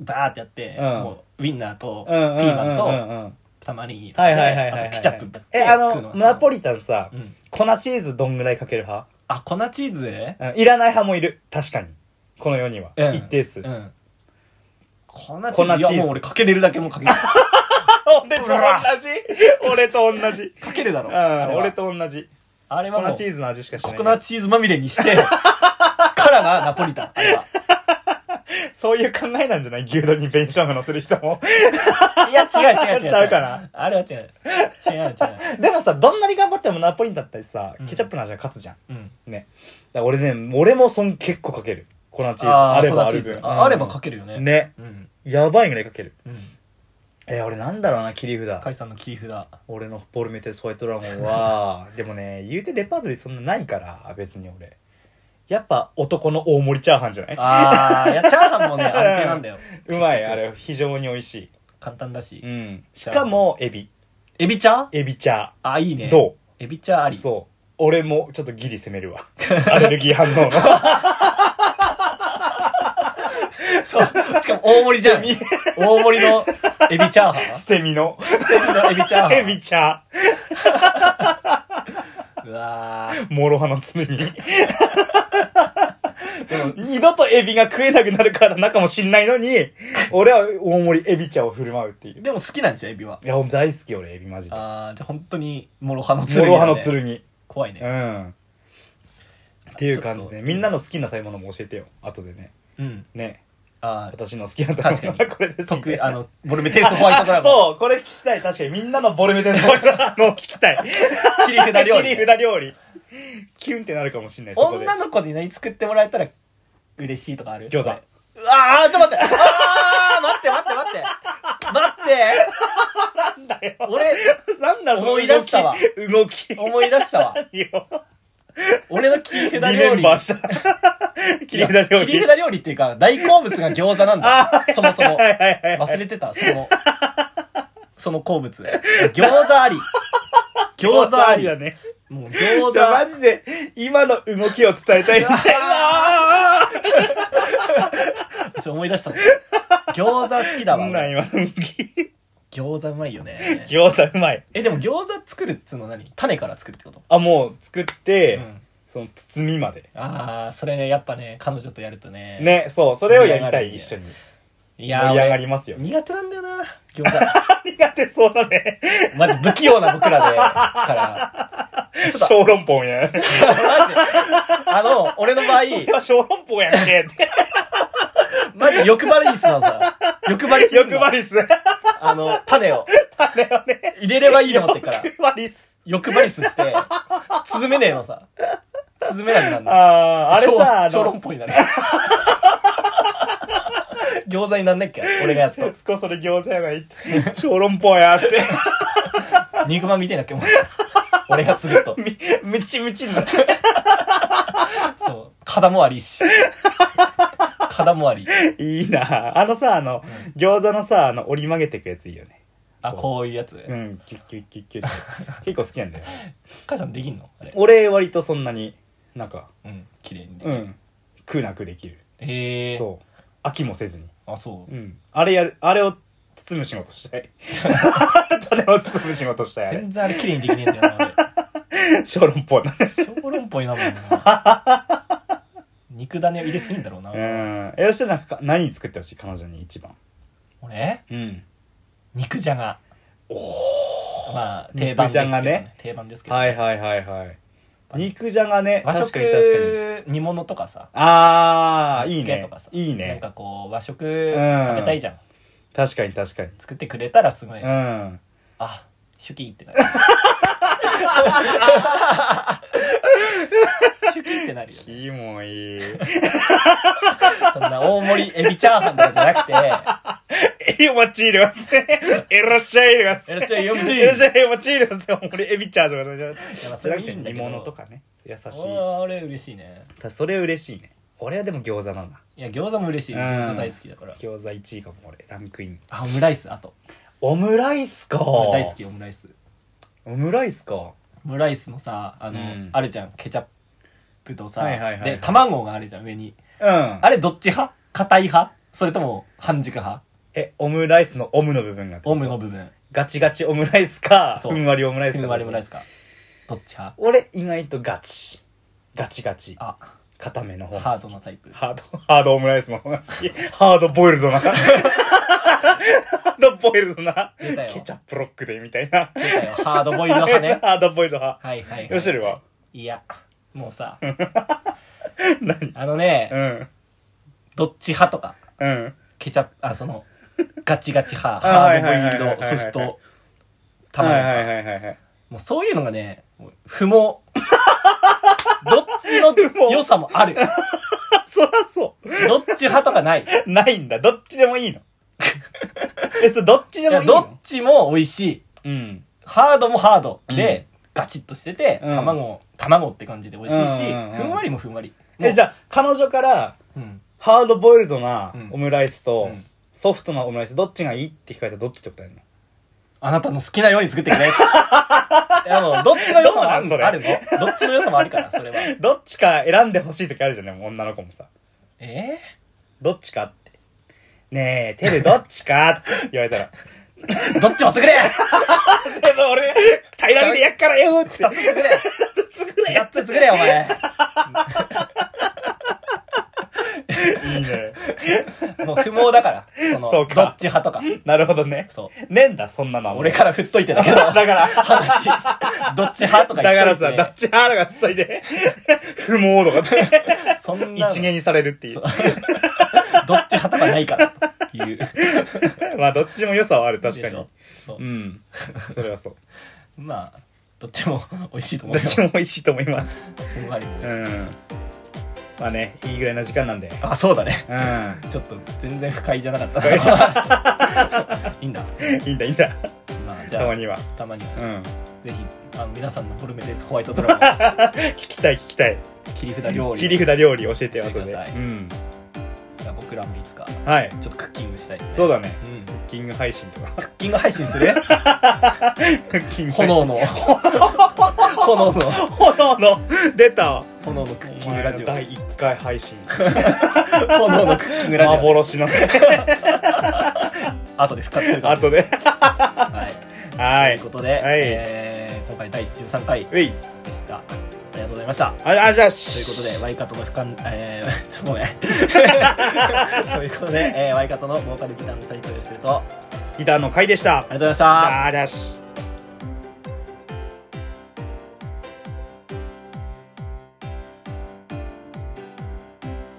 Speaker 1: バーってやって、
Speaker 2: うん
Speaker 1: もうウインナーとピ
Speaker 2: うんうんうんうん
Speaker 1: ーマンと
Speaker 2: うんうん
Speaker 1: 玉ねぎとか
Speaker 2: は
Speaker 1: で
Speaker 2: いはいはいはい、は
Speaker 1: あ
Speaker 2: い。
Speaker 1: とケチャップ
Speaker 2: え、あの、ナポ
Speaker 1: リ
Speaker 2: リタンさ、
Speaker 1: うん
Speaker 2: 粉チーズどんぐらいかける派、
Speaker 1: あ、粉チーズ
Speaker 2: うん、いらない派もいる。確かに。この世には。
Speaker 1: うん
Speaker 2: 一定数。
Speaker 1: う
Speaker 2: あ、
Speaker 1: ん。粉チー
Speaker 2: 粉チー
Speaker 1: ズ。
Speaker 2: ズ
Speaker 1: いや、もう俺かけれるだけもうかける。か
Speaker 2: 俺と同じ俺と同じ。
Speaker 1: けるだろ。
Speaker 2: う
Speaker 1: あれは
Speaker 2: ん、俺。と同じ。
Speaker 1: あれはも
Speaker 2: 粉
Speaker 1: う
Speaker 2: チ。ーズの味しかしな
Speaker 1: コ [laughs]
Speaker 2: い。
Speaker 1: コナッチーズまみれにして、からな、ナポリタン。あれは。
Speaker 2: そういう考えなんじゃない牛丼に紅生姜乗せる人も。
Speaker 1: いや、違う違う違う。
Speaker 2: ちゃうかな
Speaker 1: あれは違う。違う違う。
Speaker 2: [laughs] でもさ、どんなに頑張ってもナポリタンだったりさ
Speaker 1: う、ん
Speaker 2: ケチャップの味が勝つじゃん。
Speaker 1: うん。
Speaker 2: ね。だから俺ね、俺もそん結構かける。粉チーズ。あ
Speaker 1: ー
Speaker 2: ればあ
Speaker 1: 粉チ
Speaker 2: る
Speaker 1: ーズ
Speaker 2: 分。
Speaker 1: ああればかけるよね。
Speaker 2: る。。ね。
Speaker 1: うん。
Speaker 2: やばいぐらいかける。
Speaker 1: うん。
Speaker 2: えー、俺なんだろうな、切り札
Speaker 1: カ。イさんの切り札。
Speaker 2: 俺のポルメテスホワイトドラゴン [laughs] は、でもね、言うてレパートリーそんなないから、別に俺。やっぱ男の大盛りチャーハンじゃない
Speaker 1: あー、いや、チャーハンもね、安定なんだよ。
Speaker 2: うまい、あれ、非常に美味し
Speaker 1: 簡単だ
Speaker 2: い。う
Speaker 1: し。
Speaker 2: ん。しかも、エビ。
Speaker 1: エビ茶
Speaker 2: エビチャ
Speaker 1: あ、いいね。
Speaker 2: ー。どう
Speaker 1: エビ茶あり。
Speaker 2: そう。俺もちょっとギリ攻
Speaker 1: [laughs]
Speaker 2: めるわ。アレルギー反応の。
Speaker 1: そう。しかも大盛りじゃん。 [laughs] 大盛りのエビチ [laughs] ャーハン。
Speaker 2: 捨て身の。
Speaker 1: [laughs] エビチャーハン。
Speaker 2: エビチャー。
Speaker 1: うわー
Speaker 2: モロハの罪に。
Speaker 1: でも、
Speaker 2: 二度とエビが食えなくなるからなかもしんないの
Speaker 1: [laughs]
Speaker 2: に、俺は大盛りエビ茶を振る舞うっていう。
Speaker 1: でも好きなんでしょ、エビは。
Speaker 2: いや、俺大好き俺、エビマジで。
Speaker 1: あー、じゃあ本当に、モロハの
Speaker 2: モ
Speaker 1: 剣、ね。
Speaker 2: ロハの。剣。
Speaker 1: 怖いうね。
Speaker 2: ん。っていう感じ
Speaker 1: ちょ
Speaker 2: で、
Speaker 1: っと
Speaker 2: みんなの好きな食べ物も教えてよ。後でね。
Speaker 1: うん。
Speaker 2: ね。
Speaker 1: あー、
Speaker 2: 私の好きな食べ物は [laughs] これです。
Speaker 1: 得
Speaker 2: み
Speaker 1: 意、
Speaker 2: たい
Speaker 1: あ
Speaker 2: な、
Speaker 1: の、ボルメテイストホワイトドラゴン。
Speaker 2: そう、これ聞きたい。確かにみんなのボルメテンの聞きた [laughs] い。
Speaker 1: 切り札料理。
Speaker 2: 切り札料理。キュンってなるかもしんない、そこで。
Speaker 1: 女の子に何作ってもらえたら嬉しいとかある
Speaker 2: 餃子
Speaker 1: ああーちょっと待ってあー待って待って待って待ってなんだよ
Speaker 2: なんだその動き
Speaker 1: 思い出したわ
Speaker 2: 動 [laughs] き。
Speaker 1: 俺思い出したわ
Speaker 2: いいよ
Speaker 1: 俺の切り
Speaker 2: リ
Speaker 1: 札料
Speaker 2: メン
Speaker 1: 理
Speaker 2: バーした。切り札料理。
Speaker 1: [laughs] 切り札料理っていうか大好物が餃子なんだそもそも
Speaker 2: はいはいはい。
Speaker 1: 忘れてたそのその好物餃子あり餃子あり
Speaker 2: だね。
Speaker 1: もう餃
Speaker 2: じゃあマ
Speaker 1: 子
Speaker 2: ジで、今の動きを伝え
Speaker 1: [laughs]
Speaker 2: たいみたいな。
Speaker 1: ちょ思い出したの餃子好きだわ
Speaker 2: なんだ
Speaker 1: 俺
Speaker 2: 今の動き。
Speaker 1: 餃子うまいよね
Speaker 2: 餃子うまい。
Speaker 1: えでも餃子作るっつうのは何種から作るってこと
Speaker 2: あ、もう作って、
Speaker 1: うん
Speaker 2: その包みまで。
Speaker 1: ああそれねやっぱね彼女とやるとね
Speaker 2: ね、そう、それをやりた
Speaker 1: 盛り上がる
Speaker 2: い、
Speaker 1: ね
Speaker 2: 一緒に。
Speaker 1: いやー
Speaker 2: 盛り上がりますよ
Speaker 1: 俺。苦手なんだよな餃子
Speaker 2: 苦手そうだね。
Speaker 1: マジ不器用な僕らでからちょっと
Speaker 2: 小籠包みたいな。
Speaker 1: マジであの俺の場合
Speaker 2: それは小籠包やんけって。
Speaker 1: マジ欲張りにすなのさ欲張りする
Speaker 2: 欲
Speaker 1: の
Speaker 2: 張りっす。
Speaker 1: あの種を
Speaker 2: 種をね。
Speaker 1: 入れればいいと思ってっから
Speaker 2: 欲張りっす。
Speaker 1: 欲張りすして縮めねえのさ縮めないなんだ
Speaker 2: あー、あれさ、あ
Speaker 1: 小小籠
Speaker 2: の、
Speaker 1: 包になる餃子になんなきゃ俺がやっと
Speaker 2: 節子それ餃子やないって。小籠包やって。
Speaker 1: 肉まんみたいになっけもう俺が継ぐと
Speaker 2: み、むちむちになって。
Speaker 1: そう肩もありし肩もあり
Speaker 2: いいなあのさ、あの、餃子のさ、あの、折り曲げていくやついいよね。
Speaker 1: あこういうやつね
Speaker 2: うん、キュッキュッキュッキュッって。結構好きなんだよ。
Speaker 1: 母さんできんのあれ
Speaker 2: 俺、割とそんなに、なんか、
Speaker 1: うん綺麗にね
Speaker 2: うん、苦なくできる。
Speaker 1: へえ
Speaker 2: そう。飽きもせずに。。
Speaker 1: あそううん
Speaker 2: あれやる、あれを包む仕事したい。 [laughs] 種を包む仕事したい。あれ
Speaker 1: 全然あれ綺麗にできねえんだよな俺
Speaker 2: 小籠包な。
Speaker 1: 小籠包になるもんな肉種を入れすぎんだろうな
Speaker 2: うん。え、そしたらなんか、何作ってほしい彼女に一番。
Speaker 1: 俺
Speaker 2: うん。
Speaker 1: 肉じゃがおおまあ定番で
Speaker 2: 肉
Speaker 1: す
Speaker 2: じ
Speaker 1: け
Speaker 2: ゃ
Speaker 1: ど
Speaker 2: がね
Speaker 1: ね定番ですけど
Speaker 2: はいはいはいはい。肉じゃがね、
Speaker 1: 和
Speaker 2: 確かに確かに。
Speaker 1: 食煮物とかさ
Speaker 2: あー、いい
Speaker 1: 漬け
Speaker 2: ね
Speaker 1: とかさ。
Speaker 2: いい
Speaker 1: なん
Speaker 2: ね
Speaker 1: か。こう和食食べたいじゃん
Speaker 2: 確かに確かに。
Speaker 1: 作ってくれたらすごい
Speaker 2: うん。
Speaker 1: あ、シュキーっ
Speaker 2: [laughs]
Speaker 1: てなる。シュキーってなるよ、ね。
Speaker 2: キモい。
Speaker 1: [laughs] そんな大盛りエビチャーハンとかじゃなく
Speaker 2: [laughs]
Speaker 1: て、
Speaker 2: え、お待ち入れますね。えらっし [laughs] ゃい入れます。
Speaker 1: いらっしゃい、よむち
Speaker 2: えらっしゃい、お待ち入れますね。俺、エビチャーとかじゃ
Speaker 1: まあ
Speaker 2: じゃなくて、
Speaker 1: それいいんだ
Speaker 2: 煮
Speaker 1: けど
Speaker 2: 物とかね。優しい。
Speaker 1: あれ嬉しいね。
Speaker 2: ただそれ嬉しいね。俺はでも餃子なんだ。
Speaker 1: いや、餃子も嬉しい。
Speaker 2: うん
Speaker 1: 餃子大好きだから。
Speaker 2: 餃子1位かも俺、ランクイン。
Speaker 1: あ、オムライス、あと。
Speaker 2: オムライスか。
Speaker 1: 俺大好き、オムライス。
Speaker 2: オムライスか。
Speaker 1: オムライスのさ、あの、
Speaker 2: うん
Speaker 1: あるじゃん、ケチャップとさ、
Speaker 2: はいはいはい
Speaker 1: で、卵があるじゃん、上に。
Speaker 2: うん
Speaker 1: あ。れどっち派硬い派それとも半熟派
Speaker 2: え、オムライスのオムの部分が。
Speaker 1: オムの部分。
Speaker 2: ガチガチオムライスか、
Speaker 1: そう
Speaker 2: ふんわりオムライス
Speaker 1: ふ
Speaker 2: か。
Speaker 1: んわりオムライスか。どっち派
Speaker 2: 俺、意外とガチ。ガチガチ。
Speaker 1: あ、
Speaker 2: 固めの方
Speaker 1: ハ
Speaker 2: が
Speaker 1: ー
Speaker 2: 好
Speaker 1: ド
Speaker 2: き
Speaker 1: なタイプ。
Speaker 2: ハード、ハードオムライスの方が好き。ハードボイルドな。ハードボイルドな。
Speaker 1: 出たよ
Speaker 2: ケチャップロックで、みたいな。
Speaker 1: 出たよハードボイルド派ね。
Speaker 2: [laughs] ハードボイルド派。
Speaker 1: はいはい、はい。
Speaker 2: よしるはい
Speaker 1: や、もうさ、
Speaker 2: 何
Speaker 1: あのね、
Speaker 2: うん。
Speaker 1: どっち派とか、
Speaker 2: うん。
Speaker 1: ケチャップ、あ、その、ガチガチ派、
Speaker 2: [laughs] あ
Speaker 1: ハ
Speaker 2: は
Speaker 1: ー
Speaker 2: い
Speaker 1: ドボ
Speaker 2: はいはいはい
Speaker 1: イルド、ソフト、
Speaker 2: はい
Speaker 1: 卵
Speaker 2: はいはいはいはい。
Speaker 1: もうそういうのがね、もう
Speaker 2: [laughs]
Speaker 1: 不毛。どっちの良さもある。
Speaker 2: あ、 [laughs] そらそ
Speaker 1: どっち派とかない。
Speaker 2: う。ないんだ。どっちでもいいの。 [laughs] え、それどっちで
Speaker 1: い
Speaker 2: も
Speaker 1: や
Speaker 2: いい
Speaker 1: どっ
Speaker 2: の
Speaker 1: ちも美味しい。
Speaker 2: うん。
Speaker 1: ハードもハードで、ガチッとしてて、
Speaker 2: うん
Speaker 1: 卵も、卵って感じで美味しいし、
Speaker 2: うんうんうん
Speaker 1: ふんわりもふんわり。
Speaker 2: え、じゃあ、彼女から、
Speaker 1: あ、うん。
Speaker 2: ハードボイルドな
Speaker 1: うん
Speaker 2: オムライスと
Speaker 1: うん、
Speaker 2: ソフトなオムライス、どっちがいいって聞かれたらどっちって答えるの
Speaker 1: あなたの好きなように作ってくれ。いやもう、どっちの良さもある
Speaker 2: どう
Speaker 1: のあ
Speaker 2: なん
Speaker 1: るのどっちの良さもあるから、そ
Speaker 2: [laughs]
Speaker 1: れは。
Speaker 2: どっちか選んでほしい時あるじゃないもう女の子もさ。
Speaker 1: え
Speaker 2: どっちかって。ねえ、テルどっちかって言われ [laughs] たら。
Speaker 1: ー、どっちも作れ
Speaker 2: けど俺、平らげてやっからよって。
Speaker 1: 二つ作れ二つ作れよ、お前。
Speaker 2: [laughs] いいね。
Speaker 1: もう不毛だから。その
Speaker 2: そうか
Speaker 1: どっち派とか。
Speaker 2: なるほどね。
Speaker 1: そ
Speaker 2: ねえんだ、そんなのはもう
Speaker 1: 俺。から振っといてだけど。
Speaker 2: [laughs] だから、
Speaker 1: 話。どっち派とか
Speaker 2: だ
Speaker 1: 言
Speaker 2: か
Speaker 1: っと
Speaker 2: ら
Speaker 1: いて。
Speaker 2: さ、ダッチハーラがつっといて、 [laughs] 不毛とかって、
Speaker 1: そんなの。
Speaker 2: 一元にされるっていう
Speaker 1: そう。どっち派とかないから。っていう。
Speaker 2: まあ、どっちも良さはある、確か
Speaker 1: でし
Speaker 2: に
Speaker 1: ょ。そう
Speaker 2: う。ん。それ
Speaker 1: [laughs]
Speaker 2: はそう。
Speaker 1: まあ、どっちも [laughs] 美味しいと思
Speaker 2: ど
Speaker 1: う
Speaker 2: っ
Speaker 1: よ。
Speaker 2: ちも美味しいと思います。
Speaker 1: ふんわり。
Speaker 2: うん。まあね、いいぐらいの時間なんで。
Speaker 1: あ、そうだね。
Speaker 2: う
Speaker 1: ちょっと全然不快じゃなかった。 [laughs] いいんだ。
Speaker 2: [laughs] ん。いいんだ、いいんだ。
Speaker 1: まあ、じゃあ、
Speaker 2: たまには。
Speaker 1: たまには
Speaker 2: う
Speaker 1: ね
Speaker 2: ん。
Speaker 1: ぜひ、あの、皆さんのグルメです。ホワイトドラゴ
Speaker 2: 聞きたい、聞きたい。
Speaker 1: ン、切り札料理。
Speaker 2: [laughs] 切り札料理教えてよ、
Speaker 1: 教えて
Speaker 2: 後
Speaker 1: く
Speaker 2: で。
Speaker 1: ださい
Speaker 2: うん。
Speaker 1: 僕らもいつか、
Speaker 2: はい。
Speaker 1: ちょっとクッキングしたいですね。
Speaker 2: そうだね。
Speaker 1: うん。
Speaker 2: クッキング配信とか。
Speaker 1: [laughs] クッキング配信する
Speaker 2: クッキング配信
Speaker 1: 炎の。
Speaker 2: [laughs]
Speaker 1: 炎の。
Speaker 2: 炎の出た
Speaker 1: 炎のクッキングラジオ。
Speaker 2: 第1回配信
Speaker 1: [laughs] 炎のクッキングラジオ。
Speaker 2: 幻
Speaker 1: [laughs]
Speaker 2: の
Speaker 1: 後で復活するかもしれ
Speaker 2: 後で
Speaker 1: ない。はい。
Speaker 2: は
Speaker 1: と
Speaker 2: い
Speaker 1: いうことで、えー今回第13回
Speaker 2: うい
Speaker 1: でした。ありがとうございました。
Speaker 2: ああじゃあと
Speaker 1: ということ
Speaker 2: で
Speaker 1: で、ワイカトの俯瞰、えー、 [laughs] ちょっとごめん。ということで、えー、ワイカトのボーカルギターの斉藤義ると、あり
Speaker 2: ギターの回でし
Speaker 1: が
Speaker 2: た
Speaker 1: とうございました。
Speaker 2: あーじゃあし